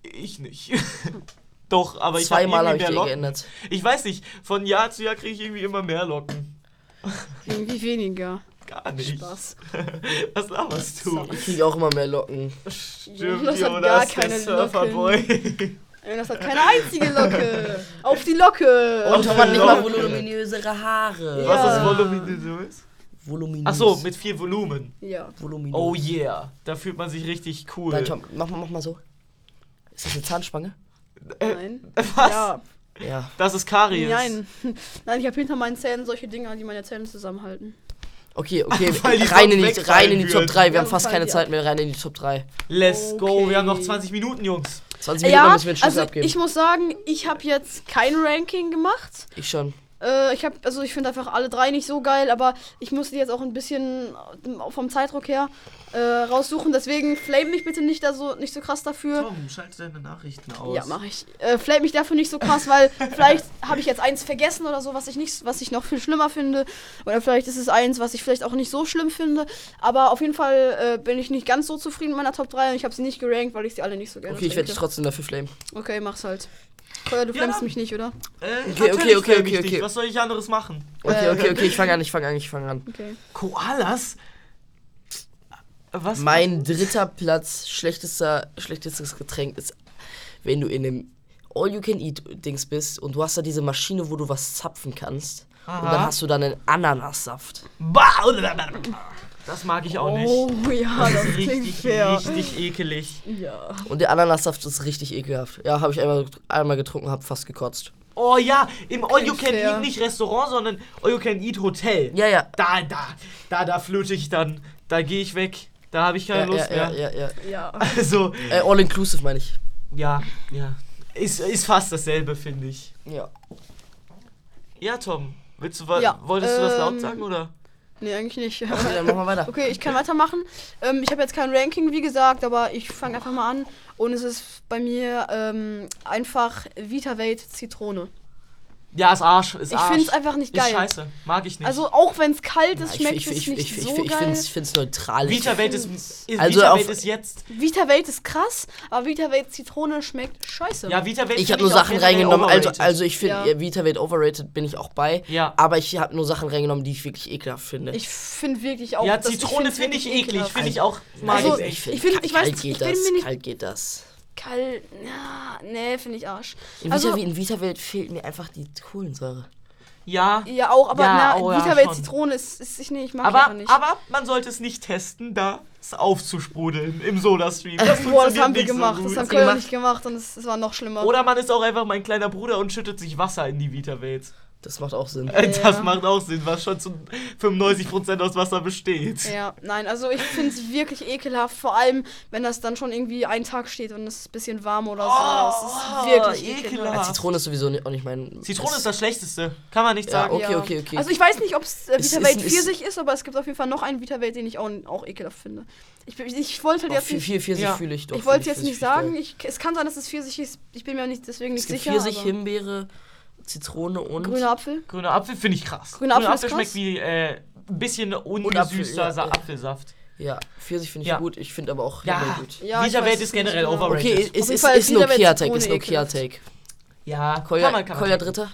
Speaker 4: Ich nicht. Doch, aber ich habe
Speaker 3: Zweimal habe
Speaker 4: irgendwie mehr
Speaker 3: ich die
Speaker 4: Locken.
Speaker 3: geändert.
Speaker 4: Ich weiß nicht, von Jahr zu Jahr kriege ich irgendwie immer mehr Locken.
Speaker 1: Irgendwie weniger.
Speaker 4: Gar nicht.
Speaker 1: Spaß.
Speaker 4: Was laberst du?
Speaker 3: Ich kriege auch immer mehr Locken.
Speaker 4: Stimmt,
Speaker 1: Jonas hat
Speaker 4: Jonas,
Speaker 1: gar
Speaker 4: der
Speaker 1: keine
Speaker 4: Surferboy.
Speaker 1: Jonas Äh, hat keine einzige Locke. Auf die Locke.
Speaker 4: Und
Speaker 3: Und
Speaker 4: Tom
Speaker 3: Tom
Speaker 4: hat
Speaker 3: hat
Speaker 4: Locken.
Speaker 3: nicht mal voluminösere Haare.
Speaker 1: Ja.
Speaker 4: Was ist voluminös?
Speaker 3: Voluminös.
Speaker 4: Achso, mit viel Volumen.
Speaker 1: ja.
Speaker 3: Voluminös.
Speaker 4: Oh yeah, da fühlt man sich richtig cool.
Speaker 3: Nein, Tom, mach mal, mach mal so. Ist das eine Zahnspange?
Speaker 1: Nein.
Speaker 4: Was?
Speaker 1: Ja.
Speaker 3: Ja.
Speaker 4: Das ist Karies.
Speaker 1: Nein. Nein, ich habe hinter meinen Zähnen solche Dinger, die meine Zähne zusammenhalten.
Speaker 3: Okay, okay,
Speaker 4: Weil die
Speaker 3: rein,
Speaker 4: sonst
Speaker 3: in die,
Speaker 4: wegfallen
Speaker 3: rein in die
Speaker 4: würden.
Speaker 3: Top 3.
Speaker 1: Ja,
Speaker 3: Wir haben fast
Speaker 1: fallen
Speaker 3: keine
Speaker 1: die
Speaker 3: Zeit
Speaker 1: ab.
Speaker 3: mehr rein in die Top 3.
Speaker 4: Let's go, wir haben noch
Speaker 1: Okay.
Speaker 4: 20 Minuten, Jungs.
Speaker 3: 20 Minuten
Speaker 1: Ja,
Speaker 3: müssen wir einen Schuss
Speaker 1: also
Speaker 3: abgeben.
Speaker 1: ich muss sagen, ich habe jetzt kein Ranking gemacht.
Speaker 3: Ich schon.
Speaker 1: Äh, ich habe, also ich finde einfach alle drei nicht so geil, aber ich muss die jetzt auch ein bisschen vom Zeitdruck her äh, raussuchen. Deswegen flame mich bitte nicht da so nicht so krass dafür.
Speaker 4: Tom, schalte deine Nachrichten aus.
Speaker 1: Hm. Ja, mache ich. Äh, flame mich dafür nicht so krass, weil vielleicht habe ich jetzt eins vergessen oder so, was ich nicht, was ich noch viel schlimmer finde. Oder vielleicht ist es eins, was ich vielleicht auch nicht so schlimm finde. Aber auf jeden Fall äh, bin ich nicht ganz so zufrieden mit meiner Top 3 und ich habe sie nicht gerankt, weil ich sie alle nicht so gerne
Speaker 3: Okay, ich werde dich
Speaker 1: trinke.
Speaker 3: trotzdem dafür flamen.
Speaker 1: Okay, mach's halt. Koya, du
Speaker 4: Ja,
Speaker 1: flammst
Speaker 4: dann.
Speaker 1: mich nicht, oder?
Speaker 4: Äh,
Speaker 3: Okay,
Speaker 4: natürlich
Speaker 3: okay, okay,
Speaker 4: flame ich
Speaker 3: okay,
Speaker 4: dich.
Speaker 3: okay.
Speaker 4: Was soll ich anderes machen?
Speaker 3: Okay,
Speaker 1: Äh.
Speaker 3: okay, okay, ich fange an, ich fange an, ich fange an.
Speaker 1: Okay.
Speaker 4: Koalas? Was?
Speaker 3: Mein dritter Platz, schlechtester, schlechtestes Getränk ist, wenn du in einem All-You-Can-Eat-Dings bist und du hast da diese Maschine, wo du was zapfen kannst. Und dann
Speaker 4: Aha.
Speaker 3: hast du dann einen Ananassaft.
Speaker 4: Das mag ich auch nicht.
Speaker 1: Oh ja, das klingt
Speaker 4: richtig,
Speaker 1: fair.
Speaker 4: richtig ekelig.
Speaker 1: Ja.
Speaker 3: Und der Ananassaft ist richtig ekelhaft. Ja, habe ich einmal, einmal getrunken, habe fast gekotzt.
Speaker 4: Oh ja, im All You
Speaker 1: Klingt
Speaker 4: Can
Speaker 1: fair.
Speaker 4: Eat nicht Restaurant, sondern All You Can Eat Hotel.
Speaker 3: Ja, ja.
Speaker 4: Da, da, da, da flöte ich dann. Da gehe ich weg. Da habe ich keine
Speaker 3: Ja,
Speaker 4: Lust
Speaker 3: ja, ja,
Speaker 4: mehr.
Speaker 3: ja, ja.
Speaker 1: Ja.
Speaker 4: Also,
Speaker 3: Äh, All-Inclusive meine ich.
Speaker 4: ja, ja. Ist, ist fast dasselbe, finde ich.
Speaker 3: Ja.
Speaker 4: Ja, Tom. Willst du, wa-
Speaker 1: Ja,
Speaker 4: wolltest du das laut
Speaker 1: ähm,
Speaker 4: sagen oder?
Speaker 1: Nee, eigentlich nicht.
Speaker 3: Okay, dann machen wir weiter.
Speaker 1: Okay, ich kann weitermachen. Ähm, ich habe jetzt kein Ranking, wie gesagt, aber ich fange einfach mal an. Und es ist bei mir ähm, einfach VitaVate Zitrone.
Speaker 4: Ja, ist Arsch. Ist
Speaker 1: Ich
Speaker 4: Arsch.
Speaker 1: finde es einfach nicht
Speaker 4: Ist
Speaker 1: geil.
Speaker 4: scheiße. Mag ich nicht.
Speaker 1: Also auch wenn es kalt
Speaker 3: Ja,
Speaker 1: ist, schmeckt
Speaker 3: ich,
Speaker 1: es
Speaker 3: ich, ich,
Speaker 1: nicht
Speaker 3: ich, ich,
Speaker 1: so
Speaker 3: ich
Speaker 1: geil.
Speaker 3: finde es find's neutral.
Speaker 4: Vita Welt ist, ist,
Speaker 3: Also
Speaker 4: Vita
Speaker 3: auf-
Speaker 4: Welt ist jetzt.
Speaker 1: VitaVate ist krass, aber VitaVate Zitrone schmeckt scheiße.
Speaker 4: Ja, Vita Welt
Speaker 3: ich habe
Speaker 4: find
Speaker 3: nur
Speaker 4: auch
Speaker 3: Sachen
Speaker 4: generell
Speaker 3: reingenommen. Also,
Speaker 4: overrated.
Speaker 3: also ich finde,
Speaker 1: Ja.
Speaker 3: ja. Vita wird overrated, bin ich auch bei.
Speaker 4: Ja.
Speaker 3: Aber ich habe nur Sachen reingenommen, die ich wirklich ekelhaft finde.
Speaker 1: Ich finde wirklich auch.
Speaker 4: ja,
Speaker 1: dass- ich
Speaker 4: Zitrone
Speaker 1: find's
Speaker 4: finde ich
Speaker 1: wirklich
Speaker 4: eklig.
Speaker 1: ekelhaft.
Speaker 4: Finde ich auch. Mag
Speaker 1: Also,
Speaker 4: ich nicht.
Speaker 1: ich find- ich weiß-
Speaker 3: kalt geht
Speaker 1: ich bin
Speaker 3: das,
Speaker 1: mir nicht-
Speaker 3: kalt geht das.
Speaker 1: Kalt. Ja, nee, finde ich Arsch.
Speaker 3: In Vita,
Speaker 1: Also,
Speaker 3: in Vita Welt fehlt mir einfach die Kohlensäure.
Speaker 4: Ja.
Speaker 1: ja, auch, aber
Speaker 4: Ja,
Speaker 1: na,
Speaker 4: oh ja,
Speaker 1: VitaVate
Speaker 4: schon.
Speaker 1: Zitrone ist, ist ich, nee, ich mag die
Speaker 4: Aber,
Speaker 1: einfach nicht.
Speaker 4: aber man sollte es nicht testen, da es aufzusprudeln im Soda-Stream. Das
Speaker 1: Boah, das
Speaker 4: funktioniert
Speaker 1: haben wir
Speaker 4: nicht so
Speaker 1: gemacht. das
Speaker 4: gut.
Speaker 1: haben
Speaker 3: Gemacht.
Speaker 1: wir nicht gemacht und es es war noch schlimmer.
Speaker 4: Oder man ist auch einfach mein kleiner Bruder und schüttet sich Wasser in die Vita-Welt.
Speaker 3: Das macht auch Sinn.
Speaker 4: Äh,
Speaker 1: Ja.
Speaker 4: Das macht auch Sinn, was schon zu 95% aus Wasser besteht.
Speaker 1: Ja, nein, also ich finde es wirklich ekelhaft, vor allem wenn das dann schon irgendwie einen Tag steht und es ist ein bisschen warm oder so. das
Speaker 4: Oh,
Speaker 1: ist wirklich
Speaker 4: ekelhaft.
Speaker 1: ekelhaft.
Speaker 3: Ja, Zitrone ist sowieso nicht, auch nicht mein.
Speaker 4: Zitrone ist
Speaker 3: das.
Speaker 4: das Schlechteste. Kann man nicht
Speaker 3: Ja,
Speaker 4: sagen.
Speaker 3: Okay, okay, okay.
Speaker 1: Also ich weiß nicht, ob es äh,
Speaker 3: Es
Speaker 1: Vita
Speaker 3: ist-
Speaker 1: Welt
Speaker 3: es-
Speaker 1: 40 ist, aber es gibt auf jeden Fall noch einen Vita Welt, den ich auch, auch ekelhaft finde. Ich, ich, ich wollte halt
Speaker 3: Doch,
Speaker 1: jetzt
Speaker 3: viel,
Speaker 1: nicht,
Speaker 3: viel Pfirsich
Speaker 4: Ja.
Speaker 3: fühle ich doch.
Speaker 1: ich wollte
Speaker 3: fühl
Speaker 1: jetzt
Speaker 3: fühl
Speaker 1: nicht
Speaker 3: fühl
Speaker 1: sagen, ich, es kann sein, dass es Pfirsich ist, ich bin mir auch nicht, deswegen
Speaker 3: Es
Speaker 1: nicht
Speaker 3: gibt
Speaker 1: sicher.
Speaker 3: Pfirsich,
Speaker 1: aber-
Speaker 3: Himbeere, Zitrone und.
Speaker 1: Grüner Apfel?
Speaker 4: Grüner Apfel finde ich krass.
Speaker 1: Grüner Apfel ist
Speaker 4: schmeckt
Speaker 1: krass.
Speaker 4: wie äh, ein bisschen
Speaker 3: Apfel,
Speaker 4: ungesüßter
Speaker 3: ja.
Speaker 4: Sa- Apfelsaft.
Speaker 3: Ja, Pfirsich finde ich
Speaker 4: Ja.
Speaker 3: gut. Ich finde aber auch
Speaker 4: Ja.
Speaker 3: Himbeere gut.
Speaker 1: Ja, ich
Speaker 4: Vita
Speaker 1: weiß
Speaker 4: Welt
Speaker 1: es
Speaker 4: ist generell
Speaker 1: nicht genau.
Speaker 4: overrated.
Speaker 3: Okay,
Speaker 1: jeden
Speaker 3: es ist,
Speaker 1: Fall
Speaker 3: ist ein
Speaker 1: wieder mit
Speaker 3: Okea-Take. Ist ein
Speaker 1: Zitrone ekelhaft.
Speaker 3: Okea-Take.
Speaker 4: Ja,
Speaker 3: Kolja,
Speaker 4: kann man, kann man.
Speaker 3: Kolja Dritter?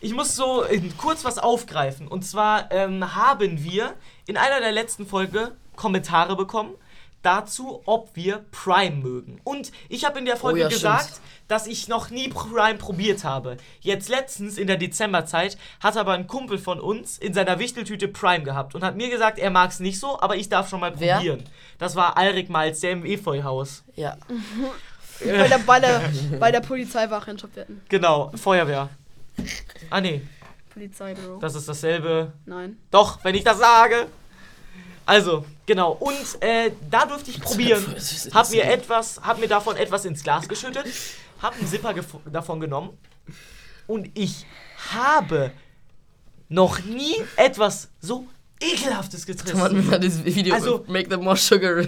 Speaker 4: Ich muss so in, kurz was aufgreifen. Und zwar ähm, haben wir in einer der letzten Folge Kommentare bekommen dazu, ob wir Prime mögen. Und ich habe in der Folge
Speaker 3: Oh ja,
Speaker 4: gesagt,
Speaker 3: stimmt.
Speaker 4: dass ich noch nie Prime probiert habe. Jetzt letztens in der Dezemberzeit hat aber ein Kumpel von uns in seiner Wichteltüte Prime gehabt und hat mir gesagt, er mag es nicht so, aber ich darf schon mal
Speaker 3: Wer?
Speaker 4: probieren. Das war Alrik Malz, der im Efeuhaus.
Speaker 3: Ja.
Speaker 1: Bei der, bei der, bei der Polizeiwache in Topwetten.
Speaker 4: Genau, Feuerwehr. Ah nee,
Speaker 1: Polizei, Bro.
Speaker 4: das ist dasselbe.
Speaker 1: Nein.
Speaker 4: Doch, wenn ich das sage. Also, genau. Und äh, da durfte ich probieren. Hab mir etwas, hab mir davon etwas ins Glas geschüttet, hab einen Zipper gef- davon genommen und ich habe noch nie etwas so ekelhaftes
Speaker 3: Mann,
Speaker 4: getrunken.
Speaker 3: wenn man das Video
Speaker 4: Also-
Speaker 3: Make them more sugar.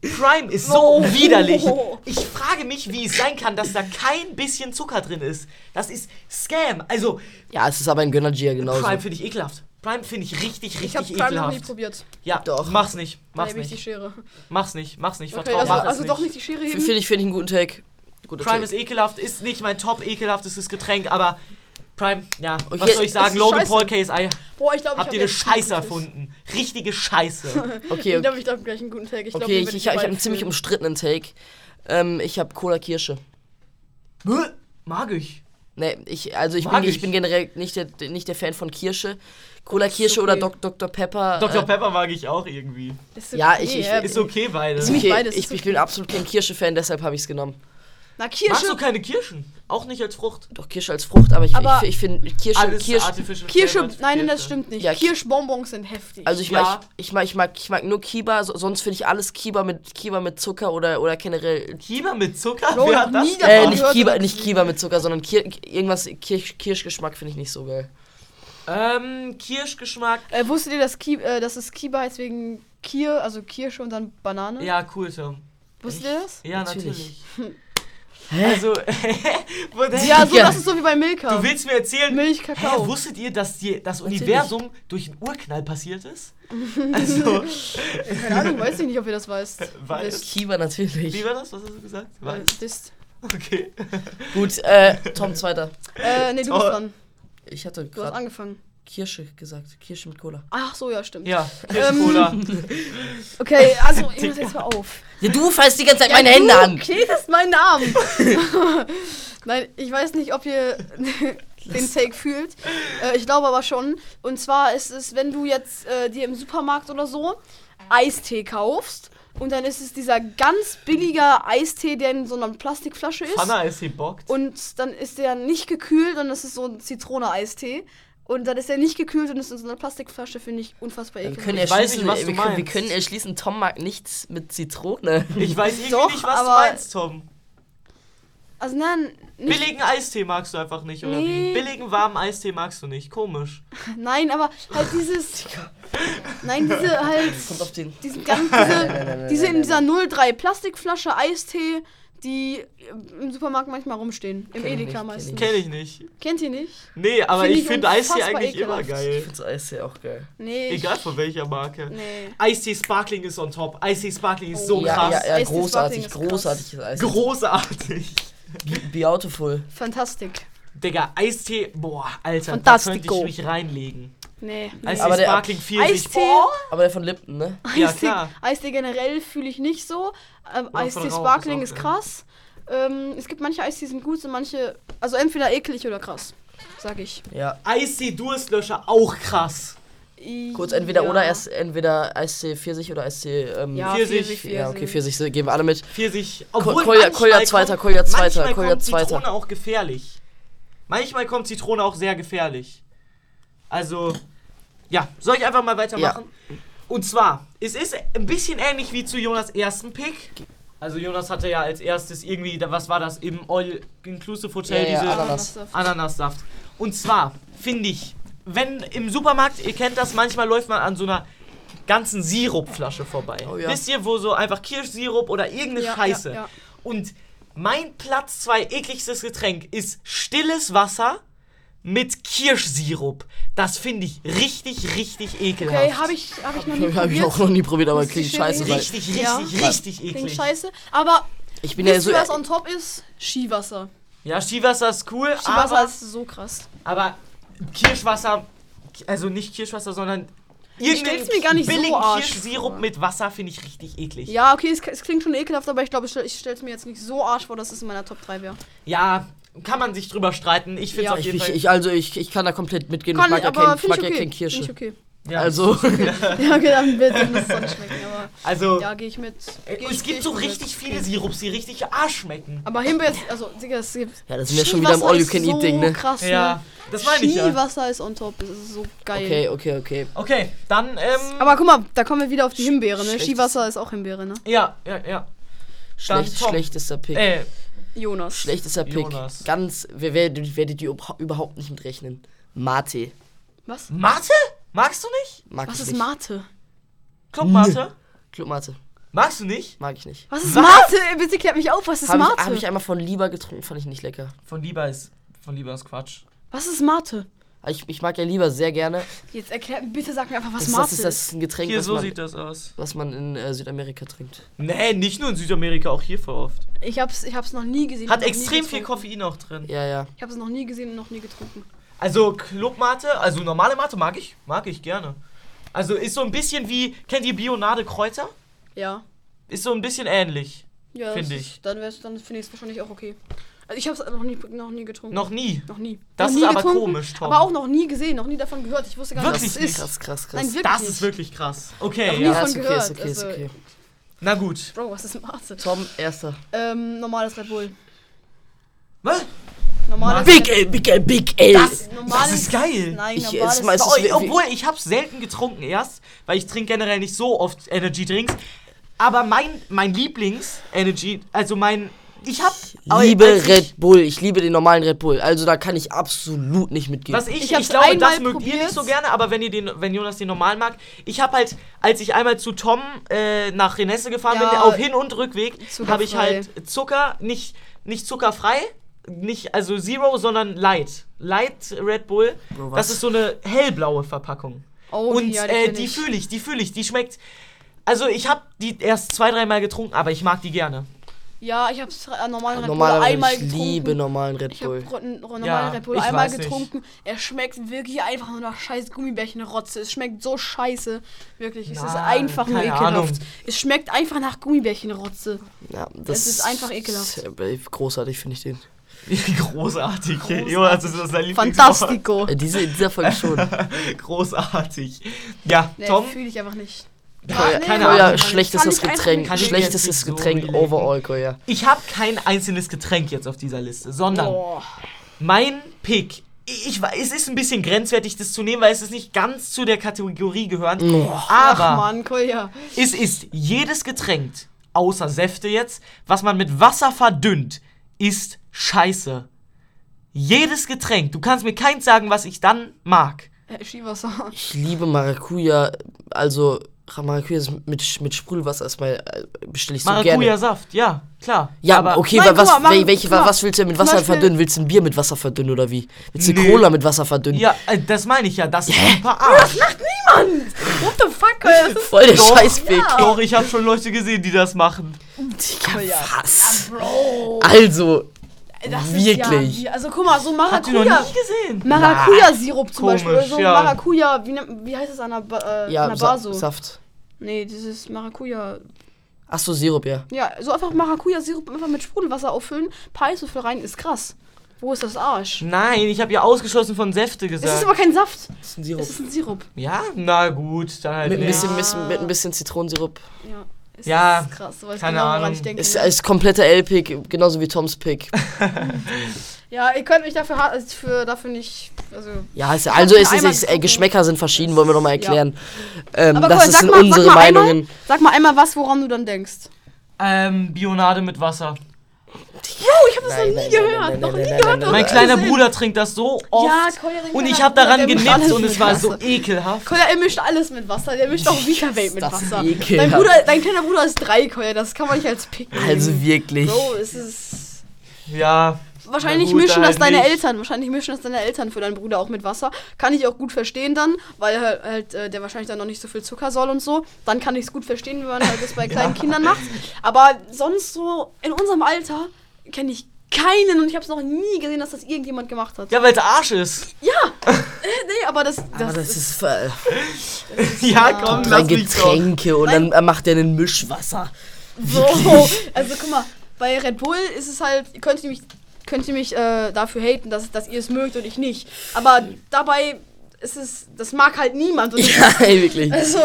Speaker 4: Prime ist so
Speaker 1: Oh.
Speaker 4: widerlich. Ich frage mich, wie es sein kann, dass da kein bisschen Zucker drin ist. Das ist Scam. Also,
Speaker 3: Ja, es ist aber ein Gönnergier genauso.
Speaker 4: Prime finde ich ekelhaft. Prime finde ich richtig,
Speaker 1: Ich habe
Speaker 4: richtig
Speaker 1: Prime noch nie
Speaker 4: ekelhaft.
Speaker 1: probiert.
Speaker 4: Ja,
Speaker 3: Doch.
Speaker 4: mach's nicht.
Speaker 1: Da
Speaker 4: Mach's
Speaker 1: nehme ich
Speaker 4: nicht.
Speaker 1: die Schere.
Speaker 4: Mach's nicht, mach's nicht,
Speaker 1: Okay,
Speaker 4: vertrau
Speaker 1: also,
Speaker 4: mach es
Speaker 1: also
Speaker 4: nicht.
Speaker 1: doch nicht die Schere
Speaker 3: F-
Speaker 1: heben.
Speaker 3: Finde ich, finde ich einen guten Take. Guter
Speaker 4: Prime
Speaker 3: Take.
Speaker 4: ist ekelhaft, ist nicht mein top ekelhaftestes Getränk, aber Prime, ja, was
Speaker 3: Okay,
Speaker 4: soll ich
Speaker 1: es
Speaker 4: sagen?
Speaker 1: ist
Speaker 4: Logan
Speaker 1: scheiße.
Speaker 4: Paul KSI,
Speaker 1: Boah, ich glaube, ich
Speaker 4: habt
Speaker 1: hab
Speaker 4: ihr
Speaker 1: jetzt
Speaker 4: eine
Speaker 1: einen
Speaker 4: Scheiße
Speaker 1: guten Tisch.
Speaker 4: erfunden. Richtige Scheiße.
Speaker 3: okay,
Speaker 1: Ich
Speaker 3: okay,
Speaker 1: glaube, ich habe gleich einen guten Tag. Ich glaube,
Speaker 3: okay ich, ich, ich habe einen ziemlich umstrittenen Take. Ähm, ich habe Cola Kirsche.
Speaker 4: Bäh, Mag ich.
Speaker 3: Nee, ich, also ich
Speaker 4: Mag
Speaker 3: bin, ich
Speaker 4: ich.
Speaker 3: bin generell nicht der, nicht der Fan von Kirsche. Cola Kirsche
Speaker 1: okay.
Speaker 3: oder Doc, Dr. Pepper.
Speaker 4: Dr.
Speaker 3: äh,
Speaker 4: Pepper mag ich auch irgendwie.
Speaker 3: Ja, ich- ich-
Speaker 4: Ist okay, beide.
Speaker 1: Ähm, Ist nicht
Speaker 3: Okay,
Speaker 1: beides,
Speaker 3: ich,
Speaker 1: ist
Speaker 3: ich bin absolut kein Kirsche-Fan, deshalb habe ich es genommen.
Speaker 1: Na,
Speaker 4: Magst du
Speaker 1: Kirsche.
Speaker 4: keine Kirschen? Auch nicht als Frucht.
Speaker 3: Doch Kirsche als Frucht, aber ich,
Speaker 1: Aber
Speaker 3: ich, ich finde Kirsche,
Speaker 4: Alles
Speaker 3: Kirsche
Speaker 4: artificial
Speaker 1: Kirsche.
Speaker 4: flavored
Speaker 1: Nein, nein, das
Speaker 4: Kirsche.
Speaker 1: stimmt nicht.
Speaker 3: Ja, Ki-
Speaker 1: Kirschbonbons sind heftig.
Speaker 3: Also ich,
Speaker 4: Ja.
Speaker 3: mag, ich, mag, ich, mag, ich mag nur Kiba, so, sonst finde ich alles Kiba mit Kiba mit Zucker oder, oder generell.
Speaker 4: Kiba mit Zucker?
Speaker 1: Bro,
Speaker 4: Wer hat
Speaker 1: noch nie
Speaker 4: das?
Speaker 1: das-
Speaker 3: Äh,
Speaker 1: Ja.
Speaker 3: nicht
Speaker 1: Gehört
Speaker 3: Kiba,
Speaker 1: oder-
Speaker 3: nicht Kiba mit Zucker, sondern Kir irgendwas Kirsch, Kirschgeschmack finde ich nicht so geil.
Speaker 4: Ähm, Kirschgeschmack.
Speaker 1: äh, wusstet ihr, dass, Ki äh, dass es Kiba heißt wegen Kier, also Kirsche und dann Banane?
Speaker 4: Ja, cool, Tom.
Speaker 1: Wusstet ihr das?
Speaker 4: Ja, natürlich.
Speaker 3: Natürlich.
Speaker 4: Also, wo der-
Speaker 1: Ja, so,
Speaker 3: Ja.
Speaker 1: das ist so wie bei Milka.
Speaker 4: du willst mir erzählen,
Speaker 1: Milch,
Speaker 4: Hä,
Speaker 1: Kakao.
Speaker 4: wusstet ihr, dass die, das Universum durch einen Urknall passiert ist? Also,
Speaker 1: Keine Ahnung, weiß ich nicht, ob ihr das weißt. Äh,
Speaker 4: Weiß.
Speaker 3: Kiba natürlich.
Speaker 4: wie war das? Äh, Was hast du gesagt? Weil-
Speaker 1: Wisst. Wisst.
Speaker 4: Okay.
Speaker 3: Gut, äh, Tom zweiter.
Speaker 1: Äh, nee, du
Speaker 4: Toll.
Speaker 1: bist dran.
Speaker 3: Ich hatte
Speaker 1: Du hast
Speaker 3: gerade
Speaker 1: angefangen.
Speaker 3: Kirsche gesagt, Kirsche mit Cola.
Speaker 1: Ach so, ja, stimmt.
Speaker 4: Ja, Kirschcola.
Speaker 1: Okay, also, ich muss jetzt mal auf.
Speaker 3: Ja, du fasst die ganze Zeit meine
Speaker 1: Ja,
Speaker 3: Hände
Speaker 1: du
Speaker 3: an.
Speaker 1: Knetest meinen Arm. Nein, ich weiß nicht, ob ihr den Take fühlt. Äh, ich glaube aber schon. Und zwar ist es, wenn du jetzt äh, dir im Supermarkt oder so Eistee kaufst. Und dann ist es dieser ganz billiger Eistee, der in so einer Plastikflasche ist.
Speaker 4: Hanna ist hier bockt.
Speaker 1: Und dann ist der nicht gekühlt und das ist so ein Zitrone-Eistee. Und dann ist der nicht gekühlt und ist in so einer Plastikflasche, finde ich unfassbar
Speaker 3: Wir
Speaker 1: ekelhaft.
Speaker 3: können,
Speaker 4: Ich weiß
Speaker 3: erschließen,
Speaker 4: nicht, was
Speaker 3: wir,
Speaker 4: du
Speaker 3: können, wir
Speaker 4: meinst.
Speaker 3: können erschließen, Tom mag nichts mit Zitrone.
Speaker 4: Ich weiß irgendwie
Speaker 1: Doch,
Speaker 4: nicht, was du
Speaker 1: aber-
Speaker 4: meinst, Tom.
Speaker 1: Also nein, nicht,
Speaker 4: Billigen Eistee magst du einfach nicht, oder
Speaker 1: Nee.
Speaker 4: wie? Billigen warmen Eistee magst du nicht. Komisch.
Speaker 1: nein, aber halt dieses. nein, diese halt.
Speaker 3: Kommt auf den.
Speaker 1: Diesen ganzen, diese, diese in dieser 03 Plastikflasche Eistee, die im Supermarkt manchmal rumstehen. Im
Speaker 3: Kenn ich nicht,
Speaker 1: Edeka
Speaker 3: kenn ich
Speaker 1: meistens.
Speaker 3: nicht.
Speaker 4: Kenn ich nicht.
Speaker 1: Kennt ihr nicht?
Speaker 4: Nee, aber
Speaker 1: Find
Speaker 4: ich
Speaker 1: ich
Speaker 4: finde Eistee
Speaker 1: unfassbar
Speaker 4: eigentlich immer
Speaker 1: ekelhaft.
Speaker 3: Ich
Speaker 4: geil.
Speaker 3: finde Eis ja auch geil.
Speaker 1: Nee. ich-
Speaker 4: Egal von welcher Marke.
Speaker 1: Nee.
Speaker 4: Eistee Sparkling ist on top. Eistee Sparkling ist so
Speaker 1: Oh,
Speaker 3: ja,
Speaker 4: krass.
Speaker 3: ja, ja,
Speaker 1: Eis ist
Speaker 3: großartig,
Speaker 1: fucking krass.
Speaker 3: großartiges Eis.
Speaker 4: Großartig.
Speaker 3: Beautiful.
Speaker 1: Fantastik.
Speaker 4: Digga, Eistee, boah, Alter, da könnte
Speaker 1: Fantastico.
Speaker 4: ich mich reinlegen.
Speaker 1: Nee. nee.
Speaker 4: Eistee
Speaker 3: Aber der-
Speaker 4: Sparkling 4
Speaker 1: Eistee,
Speaker 4: boah.
Speaker 3: Aber der von Lipton, ne?
Speaker 4: Oh, Ja,
Speaker 1: Eistee,
Speaker 4: klar.
Speaker 1: Eistee generell fühle ich nicht so. Ähm,
Speaker 4: Oder von
Speaker 1: Eistee
Speaker 4: Rauch
Speaker 1: Sparkling
Speaker 4: ist
Speaker 1: ist,
Speaker 4: auch geil.
Speaker 1: krass. Ähm, es gibt manche Eistees sind gut und manche, also entweder eklig oder krass, sag ich.
Speaker 3: Ja.
Speaker 4: Eistee Durstlöscher auch krass.
Speaker 3: Kurz entweder
Speaker 1: Ja.
Speaker 3: oder erst entweder Eistee Pfirsich oder Eistee ähm,
Speaker 1: ja,
Speaker 4: Pfirsich.
Speaker 1: Pfirsich, Pfirsich.
Speaker 3: ja, okay, Pfirsich so, geben wir alle mit.
Speaker 4: Pfirsich.
Speaker 3: Kolja-
Speaker 4: manchmal
Speaker 3: Kolja Zweiter, Kolja Zweiter,
Speaker 4: manchmal
Speaker 3: Kolja
Speaker 4: kommt
Speaker 3: Zweiter.
Speaker 4: Zitrone auch gefährlich. Manchmal kommt Zitrone auch sehr gefährlich. Also, ja, soll ich einfach mal weitermachen? Und zwar, es ist ein bisschen ähnlich wie zu Jonas ersten Pick. Also Jonas hatte ja als erstes irgendwie, da- was war das, im All-Inclusive-Hotel
Speaker 3: Ja, ja,
Speaker 4: diese
Speaker 3: Ananas.
Speaker 1: Ananassaft.
Speaker 4: Ananassaft. Und zwar, finde ich, wenn im Supermarkt, ihr kennt das, manchmal läuft man an so einer ganzen Sirupflasche vorbei.
Speaker 3: Oh ja.
Speaker 4: Wisst ihr, wo so einfach Kirschsirup oder irgendeine
Speaker 1: Ja,
Speaker 4: Scheiße.
Speaker 1: ja, ja.
Speaker 4: Und mein Platz zwei ekligstes Getränk ist stilles Wasser mit Kirschsirup. Das finde ich richtig, richtig ekelhaft.
Speaker 1: Okay, habe ich, hab ich noch nie probiert.
Speaker 3: Habe ich auch noch nie probiert, aber
Speaker 1: Ist die
Speaker 3: kriege ich
Speaker 1: Chili
Speaker 3: scheiße. Weil
Speaker 4: Richtig,
Speaker 1: Ja.
Speaker 4: richtig, richtig
Speaker 1: Klingt
Speaker 4: eklig.
Speaker 1: scheiße. Aber
Speaker 3: ich bin
Speaker 1: wisst
Speaker 3: ja
Speaker 1: ihr, was
Speaker 3: so.
Speaker 1: on top ist? Skiwasser.
Speaker 4: Ja, Skiwasser ist cool,
Speaker 1: Skiwasser
Speaker 4: aber,
Speaker 1: ist so krass.
Speaker 4: aber Kirschwasser, also nicht Kirschwasser, sondern
Speaker 1: stell's mir gar nicht so
Speaker 4: billigen
Speaker 1: arsch
Speaker 4: Kirschsirup
Speaker 1: vor.
Speaker 4: mit Wasser finde ich richtig eklig.
Speaker 1: Ja, okay, es, es klingt schon ekelhaft, aber ich glaube, ich stelle es mir jetzt nicht so arsch vor, dass es in meiner Top 3 wäre.
Speaker 4: Ja, kann man sich drüber streiten. Ich finde es
Speaker 1: Ja.
Speaker 4: auf
Speaker 3: Ich,
Speaker 4: jeden
Speaker 3: ich,
Speaker 4: Fall.
Speaker 3: ich, also ich, ich kann da komplett mitgehen. ich
Speaker 1: Kann,
Speaker 3: mag ja
Speaker 1: aber
Speaker 3: kein, ich
Speaker 1: finde
Speaker 3: mag
Speaker 1: ich
Speaker 3: ja
Speaker 1: okay.
Speaker 3: kein
Speaker 1: Finde ich
Speaker 3: Kirsche.
Speaker 1: okay.
Speaker 4: ja.
Speaker 3: Also,
Speaker 1: Ja, okay, dann wird ihm das nicht schmecken, aber
Speaker 4: also
Speaker 1: ja, gehe ich mit. Geh ich,
Speaker 4: es
Speaker 1: geh
Speaker 4: gibt
Speaker 1: ich
Speaker 4: so
Speaker 1: mit.
Speaker 4: richtig viele Sirups, die richtig Arsch schmecken.
Speaker 1: Aber Himbeer, ist- also, Digga, es gibt.
Speaker 3: ja, das sind wir schon wieder im
Speaker 1: Skiwasser ist
Speaker 3: All-You-Can-Eat-Ding,
Speaker 1: so
Speaker 3: ne?
Speaker 1: Krass,
Speaker 4: Ja,
Speaker 1: ne?
Speaker 4: das meine ich ja.
Speaker 1: Skiwasser ist on top, das ist so geil.
Speaker 3: Okay, okay, okay.
Speaker 4: Okay, dann, ähm,
Speaker 1: Aber guck mal, da kommen wir wieder auf die Himbeere, ne?
Speaker 3: schlechtes-
Speaker 1: Skiwasser ist auch Himbeere, ne?
Speaker 4: ja, ja, ja. Dann
Speaker 3: Schlecht,
Speaker 4: Tom.
Speaker 3: schlechtester Pick.
Speaker 4: Äh,
Speaker 1: Jonas.
Speaker 3: Schlechtester Pick.
Speaker 4: Jonas.
Speaker 3: Ganz, wer werdet, werdet ihr überha- überhaupt nicht mitrechnen? Mate.
Speaker 1: Was?
Speaker 4: Mate? Magst du nicht?
Speaker 3: Mag
Speaker 1: Was
Speaker 3: ich
Speaker 1: ist
Speaker 3: nicht.
Speaker 1: Mate?
Speaker 4: Club Mate?
Speaker 3: Club Mate.
Speaker 4: Magst du nicht?
Speaker 3: Mag ich nicht.
Speaker 1: Was ist Mate? Bitte klärt mich auf, was ist
Speaker 3: Habe ich,
Speaker 1: Mate?
Speaker 3: hab ich einmal von Lieber getrunken, fand ich nicht lecker.
Speaker 4: Von lieber ist, von lieber ist Quatsch.
Speaker 1: was ist Mate?
Speaker 3: Ich, ich mag ja Lieber sehr gerne.
Speaker 1: Jetzt erklär, bitte sag mir einfach, was
Speaker 3: Das,
Speaker 1: Mate
Speaker 3: das, ist, das ist ein Getränk,
Speaker 4: Hier,
Speaker 3: was,
Speaker 4: so
Speaker 3: man,
Speaker 4: sieht das aus.
Speaker 3: was man in äh, Südamerika trinkt.
Speaker 4: Nee, nicht nur in Südamerika, auch hier voll oft.
Speaker 1: Ich hab's, ich hab's noch nie gesehen.
Speaker 4: Hat
Speaker 1: noch nie
Speaker 4: extrem viel
Speaker 1: getrunken.
Speaker 4: Koffein auch drin.
Speaker 3: Ja, ja.
Speaker 1: Ich hab's noch nie gesehen und noch nie getrunken.
Speaker 4: Also Club Mate, also normale Mate mag ich, mag ich gerne. Also ist so ein bisschen wie, kennt ihr Bionade Kräuter?
Speaker 1: Ja.
Speaker 4: Ist so ein bisschen ähnlich.
Speaker 1: Ja, das
Speaker 4: Finde
Speaker 1: ist-
Speaker 4: ich.
Speaker 1: Dann, wär's- dann finde ich es wahrscheinlich auch okay. Also ich hab's noch nie, noch nie getrunken.
Speaker 4: Noch nie.
Speaker 1: Noch nie.
Speaker 4: Das
Speaker 1: noch
Speaker 4: ist
Speaker 1: nie
Speaker 4: aber
Speaker 1: getrunken,
Speaker 4: komisch, Tom.
Speaker 1: Aber auch noch nie gesehen, noch nie davon gehört. Ich wusste gar nicht,
Speaker 4: Wirklich
Speaker 1: was es ist.
Speaker 3: Krass, krass, krass.
Speaker 1: Nein, wirklich
Speaker 4: Das
Speaker 1: nicht.
Speaker 4: ist wirklich krass. Okay,
Speaker 1: nie
Speaker 4: ja.
Speaker 3: ja, ist
Speaker 1: von
Speaker 3: okay, ist
Speaker 1: gehört,
Speaker 3: okay, ist
Speaker 1: also-
Speaker 3: okay.
Speaker 4: Na gut.
Speaker 1: Bro, was ist Mate?
Speaker 3: Tom, erster.
Speaker 1: Ähm, normales Red Bull.
Speaker 4: Was?
Speaker 1: Normales
Speaker 3: Big
Speaker 1: Red
Speaker 3: L, Big L, Big äh, L.
Speaker 1: Das, normales,
Speaker 4: Das ist geil.
Speaker 1: Nein,
Speaker 3: Ich- es
Speaker 1: normales
Speaker 3: weiß-
Speaker 1: Red
Speaker 4: Oh,
Speaker 3: ist
Speaker 4: ich,
Speaker 3: wie-
Speaker 4: obwohl, ich habe selten getrunken erst, weil ich trinke generell nicht so oft Energy Drinks. Aber mein, mein Lieblings-Energy, also mein. Ich hab.
Speaker 1: Oh,
Speaker 3: liebe
Speaker 4: als ich,
Speaker 3: Red Bull. Ich liebe den normalen Red Bull. Also da kann ich absolut nicht mitgehen.
Speaker 4: Was ich,
Speaker 1: Ich
Speaker 4: ich,
Speaker 1: hab's
Speaker 4: glaube, das
Speaker 1: einmal
Speaker 4: mögt ihr nicht
Speaker 1: probiert.
Speaker 4: so gerne, aber wenn ihr den, wenn Jonas den normal mag, ich habe halt, als ich einmal zu Tom äh, nach Renesse gefahren bin,
Speaker 1: Ja,
Speaker 4: auf Hin- und Rückweg,
Speaker 1: zuckerfrei.
Speaker 4: habe ich halt Zucker, nicht, nicht zuckerfrei, nicht, also Zero, sondern Light. Light Red Bull.
Speaker 3: Bro, was?
Speaker 4: das ist so eine hellblaue Verpackung.
Speaker 1: Oh,
Speaker 4: und
Speaker 1: ja, die
Speaker 4: äh,
Speaker 1: kenn
Speaker 4: die
Speaker 1: ich.
Speaker 4: fühle ich, die fühle ich, die schmeckt. Also ich habe die erst zwei, dreimal getrunken, aber ich mag die gerne.
Speaker 1: Ja, ich hab's äh, normalen Red Bull einmal
Speaker 3: Normalerweise, ich
Speaker 1: getrunken.
Speaker 3: liebe normalen Red
Speaker 1: ich hab
Speaker 3: Bull.
Speaker 1: ro- n- normalen
Speaker 4: Ja,
Speaker 1: Red Bull
Speaker 4: ich
Speaker 1: einmal
Speaker 4: weiß nicht.
Speaker 1: getrunken. Er schmeckt wirklich einfach nur nach scheiß Gummibärchenrotze. Es schmeckt so scheiße. Wirklich, es ist
Speaker 4: Nein,
Speaker 1: einfach nur
Speaker 4: keine
Speaker 1: ekelhaft.
Speaker 4: Ahnung.
Speaker 1: Es schmeckt einfach nach Gummibärchenrotze.
Speaker 3: Ja, das
Speaker 1: Es ist einfach ekelhaft.
Speaker 3: äh, Großartig finde ich den.
Speaker 4: Großartig.
Speaker 1: Großartig.
Speaker 4: Jonas, das ist sein Lieblingswort.
Speaker 1: Fantastico.
Speaker 3: Äh, diese, in dieser Folge schon.
Speaker 4: Großartig. Ja,
Speaker 1: Nee,
Speaker 4: Tom.
Speaker 1: fühle ich einfach nicht. nee,
Speaker 3: Koya,
Speaker 4: keine
Speaker 1: Mann,
Speaker 4: Ahnung.
Speaker 3: Koya,
Speaker 1: Mann. Kann
Speaker 3: schlechtestes
Speaker 1: ich einfach
Speaker 3: Getränk.
Speaker 4: nicht.
Speaker 3: Schlechtestes
Speaker 4: Kann ich jetzt
Speaker 3: Getränk
Speaker 4: nicht so
Speaker 3: overall, Koya.
Speaker 4: Ich habe kein einzelnes Getränk jetzt auf dieser Liste, sondern
Speaker 1: Boah.
Speaker 4: mein Pick. Ich, ich, wei- es ist ein bisschen grenzwertig, das zu nehmen, weil es ist nicht ganz zu der Kategorie gehören.
Speaker 3: Oh.
Speaker 1: Ach
Speaker 4: aber
Speaker 1: Mann, Kolja.
Speaker 4: es ist jedes Getränk, außer Säfte jetzt, was man mit Wasser verdünnt, ist scheiße. Jedes Getränk. Du kannst mir keins sagen, was ich dann mag.
Speaker 1: Äh, Skiwasser.
Speaker 3: Ich liebe Maracuja. Also, Maracuja ist mit, Sch- mit Sprudelwasser erstmal äh, bestelle ich so gerne.
Speaker 4: Maracuja-Saft, ja, klar.
Speaker 3: Ja,
Speaker 4: aber
Speaker 3: okay,
Speaker 1: Nein,
Speaker 3: weil
Speaker 1: guck
Speaker 3: was,
Speaker 1: mal, Mar-
Speaker 3: wel- welche,
Speaker 1: guck mal.
Speaker 3: was willst du denn mit
Speaker 1: Zum
Speaker 3: Wasser
Speaker 1: Beispiel-
Speaker 3: verdünnen? Willst du ein Bier mit Wasser verdünnen oder wie? Willst du
Speaker 4: Nö.
Speaker 3: Cola mit Wasser verdünnen?
Speaker 4: Ja, äh, das meine ich ja, das ist super Arsch.
Speaker 1: What the fuck, Kolja? Das ist
Speaker 3: Voll der
Speaker 4: Doch.
Speaker 3: Scheißweg.
Speaker 4: Doch, ich habe schon Leute gesehen, die das machen.
Speaker 1: Kolja.
Speaker 3: Was?
Speaker 1: Bro.
Speaker 3: Also,
Speaker 1: Das
Speaker 3: Wirklich?
Speaker 1: Ist ja, wie- also guck mal, so
Speaker 4: Habt ihr noch
Speaker 1: Maracuja.
Speaker 4: nie gesehen?
Speaker 1: Maracuja-Sirup zum
Speaker 4: Komisch,
Speaker 1: Beispiel. Oder so
Speaker 4: ja.
Speaker 1: Maracuja, wie, nennt- wie heißt das an der, ba äh, an
Speaker 3: ja,
Speaker 1: der
Speaker 3: Sa
Speaker 1: Bar so?
Speaker 3: Saft.
Speaker 1: Nee, dieses Maracuja.
Speaker 3: Achso, Sirup, ja.
Speaker 1: Ja, so einfach Maracuja-Sirup einfach mit Sprudelwasser auffüllen, paar Eiswürfel rein, ist krass. Wo ist das Arsch?
Speaker 4: Nein, ich habe ja ausgeschlossen von Säfte
Speaker 1: Es ist
Speaker 4: gesagt.
Speaker 1: aber kein Saft.
Speaker 3: Das ist ein Sirup.
Speaker 1: Es ist ein Sirup.
Speaker 4: Ja, na gut, dann halt
Speaker 3: Mit ein
Speaker 4: nicht.
Speaker 3: bisschen, bisschen, mit ein bisschen Zitronensirup.
Speaker 1: Ja. Es
Speaker 4: Ja,
Speaker 1: ist krass, du weißt
Speaker 4: keine
Speaker 1: genau, woran
Speaker 4: Ahnung.
Speaker 1: ich denke.
Speaker 3: Ist, ist kompletter L-Pick, genauso wie Toms Pick.
Speaker 1: Ja, ihr könnt mich dafür, ha- also für, dafür nicht. Also,
Speaker 3: Ja, ist ja, also
Speaker 1: Ich
Speaker 3: ist
Speaker 1: hab
Speaker 3: es
Speaker 1: nur
Speaker 3: ist,
Speaker 1: einmal
Speaker 3: äh, Geschmäcker sind verschieden, wollen wir nochmal erklären. Ähm,
Speaker 1: Aber
Speaker 3: das
Speaker 1: Colin,
Speaker 3: ist
Speaker 1: sag
Speaker 3: sind
Speaker 1: mal- sag
Speaker 3: unsere
Speaker 1: mal einmal.
Speaker 3: Meinungen.
Speaker 1: sag mal einmal was, woran du dann denkst.
Speaker 4: Ähm, Bionade mit Wasser.
Speaker 1: Oh, ich habe das noch nie
Speaker 3: nein, nein,
Speaker 1: gehört.
Speaker 3: nein,
Speaker 1: noch
Speaker 3: nein,
Speaker 1: nie
Speaker 3: nein,
Speaker 1: gehört.
Speaker 3: nein,
Speaker 1: noch
Speaker 4: Mein
Speaker 1: nie
Speaker 4: kleiner
Speaker 1: gesehen.
Speaker 4: Bruder trinkt das so oft.
Speaker 1: Ja, Kolja trinkt
Speaker 4: und ich
Speaker 1: alles
Speaker 4: habe
Speaker 1: mit-
Speaker 4: daran
Speaker 1: der mischt alles
Speaker 4: genippt und
Speaker 1: mit
Speaker 4: es war so
Speaker 1: Wasser.
Speaker 4: ekelhaft.
Speaker 1: Kolja, er mischt alles mit Wasser. Der mischt auch Wiederwelt mit
Speaker 3: das ist
Speaker 1: Wasser. Dein,
Speaker 3: ekelhaft.
Speaker 1: Bruder, dein kleiner Bruder ist drei, Kolja. Das kann man nicht als Pick nehmen.
Speaker 3: Also wirklich.
Speaker 1: Bro, es ist.
Speaker 4: Ja,
Speaker 1: Wahrscheinlich
Speaker 4: Na gut,
Speaker 1: mischen das
Speaker 4: dann
Speaker 1: deine
Speaker 4: nicht.
Speaker 1: Eltern. Wahrscheinlich mischen das deine Eltern für deinen Bruder auch mit Wasser. Kann ich auch gut verstehen dann, weil halt, halt äh, der wahrscheinlich dann noch nicht so viel Zucker soll und so. Dann kann ich es gut verstehen, wenn man halt das bei kleinen Kindern macht. Aber sonst so in unserem Alter kenne ich keinen und ich habe es noch nie gesehen, dass das irgendjemand gemacht hat.
Speaker 4: ja weil der Arsch ist.
Speaker 1: Äh, Nee, aber das, das,
Speaker 3: Aber Ah, das
Speaker 1: ist
Speaker 3: ist ver-
Speaker 4: Ja, komm,
Speaker 3: drei
Speaker 4: lass mich doch.
Speaker 3: Getränke und dann äh, macht er einen Mischwasser.
Speaker 1: so. Also guck mal, bei Red Bull ist es halt, könnt ihr mich, könnt ihr mich äh, dafür haten, dass, dass ihr es mögt und ich nicht. Aber dabei ist es, das mag halt niemand. Und
Speaker 3: ja, ey, wirklich.
Speaker 1: Also,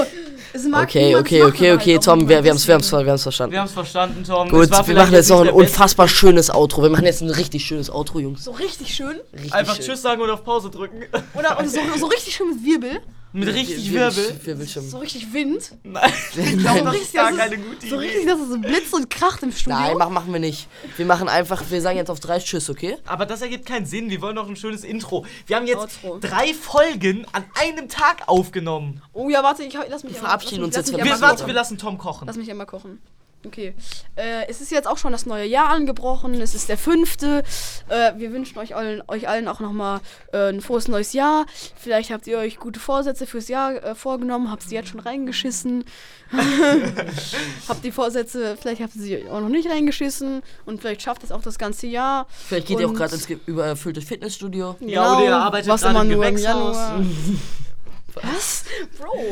Speaker 1: es mag
Speaker 3: Okay,
Speaker 1: niemand,
Speaker 3: okay,
Speaker 1: es mag
Speaker 3: okay,
Speaker 1: man
Speaker 3: okay,
Speaker 1: halt auch
Speaker 3: Tom, wir,
Speaker 1: niemand,
Speaker 3: wir haben es wir haben's,
Speaker 1: deswegen.
Speaker 3: wir haben's verstanden.
Speaker 4: Wir haben's verstanden, Tom.
Speaker 3: Gut,
Speaker 4: Es war
Speaker 3: wir
Speaker 4: vielleicht
Speaker 3: machen jetzt noch ein
Speaker 4: nicht der Beste.
Speaker 3: unfassbar schönes Outro. Wir machen jetzt ein richtig schönes Outro, Jungs.
Speaker 1: So richtig schön.
Speaker 3: Richtig
Speaker 4: Einfach
Speaker 3: schön.
Speaker 4: Tschüss sagen und auf Pause drücken.
Speaker 1: Oder und so, so richtig schön mit Wirbel.
Speaker 4: Mit
Speaker 3: Wir-
Speaker 4: richtig
Speaker 3: wir-
Speaker 4: Wirbel.
Speaker 3: wir- wir-
Speaker 1: So richtig Wind.
Speaker 4: Nein, ich glaube, das ist
Speaker 1: richtig, das
Speaker 4: gar
Speaker 1: ist-
Speaker 4: keine gute
Speaker 1: So
Speaker 4: Idee.
Speaker 1: richtig, dass es so blitzt und kracht im Studio.
Speaker 3: Nein, mach, machen wir nicht. Wir machen einfach, wir sagen jetzt auf drei Tschüss, okay?
Speaker 4: Aber das ergibt keinen Sinn. Wir wollen noch ein schönes Intro. Wir haben jetzt
Speaker 1: Outro.
Speaker 4: drei Folgen an einem Tag aufgenommen.
Speaker 1: oh ja, warte, ich lass mich
Speaker 3: verabschieden
Speaker 1: lass mich- lass
Speaker 3: uns jetzt
Speaker 1: mich
Speaker 3: wieder.
Speaker 1: einmal
Speaker 4: wir,
Speaker 3: mach
Speaker 4: warte,
Speaker 3: doch.
Speaker 4: wir lassen Tom kochen.
Speaker 1: Lass mich einmal kochen. Okay. Äh, es ist jetzt auch schon das neue Jahr angebrochen. Es ist der fünfte. Äh, wir wünschen euch allen, euch allen auch nochmal äh, ein frohes neues Jahr. Vielleicht habt ihr euch gute Vorsätze fürs Jahr äh, vorgenommen, habt sie jetzt schon reingeschissen. habt die Vorsätze, vielleicht habt ihr sie auch noch nicht reingeschissen. Und vielleicht schafft es auch das ganze Jahr.
Speaker 3: Vielleicht geht ihr auch
Speaker 1: Und-
Speaker 3: gerade ins ge- überfüllte Fitnessstudio.
Speaker 4: Ja, oder ihr arbeitet
Speaker 1: Genau. was
Speaker 4: gerade
Speaker 1: immer
Speaker 4: im
Speaker 1: nur im
Speaker 4: Gewächshaus.
Speaker 1: Januar. Was? Bro.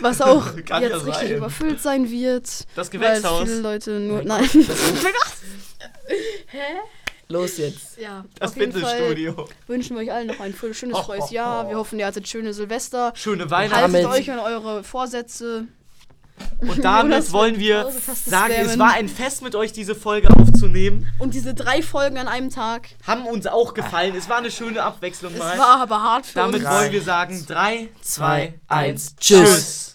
Speaker 1: Was auch
Speaker 4: Kann ja
Speaker 1: jetzt richtig
Speaker 4: sein.
Speaker 1: überfüllt sein wird.
Speaker 4: Das
Speaker 1: Weil
Speaker 4: Gewächshaus.
Speaker 1: viele Leute nur. Nein.
Speaker 3: Los jetzt.
Speaker 1: Ja,
Speaker 4: Das Oh,
Speaker 1: auf jeden Fall
Speaker 4: Fitnessstudio.
Speaker 1: wünschen wir euch allen noch ein voll- schönes,
Speaker 4: Och,
Speaker 1: frohes
Speaker 4: och,
Speaker 1: Jahr.
Speaker 4: och.
Speaker 1: Wir hoffen, ihr hattet schöne Silvester.
Speaker 4: Schöne Weihnachten.
Speaker 1: Haltet
Speaker 3: Damit-
Speaker 1: euch an eure Vorsätze.
Speaker 4: Und
Speaker 1: Jonas
Speaker 4: damit
Speaker 1: wird
Speaker 4: wollen wir
Speaker 1: genauso fast
Speaker 4: sagen, es
Speaker 1: spammen.
Speaker 4: war ein Fest mit euch, diese Folge aufzunehmen.
Speaker 1: Und diese drei Folgen an einem Tag,
Speaker 4: Haben uns auch gefallen. Es war eine schöne Abwechslung
Speaker 1: es
Speaker 4: mal.
Speaker 1: war aber hart für
Speaker 4: Damit
Speaker 1: uns.
Speaker 4: wollen wir sagen, 3, 2,
Speaker 3: Zwei,
Speaker 4: 1,
Speaker 3: eins, tschüss.
Speaker 4: tschüss.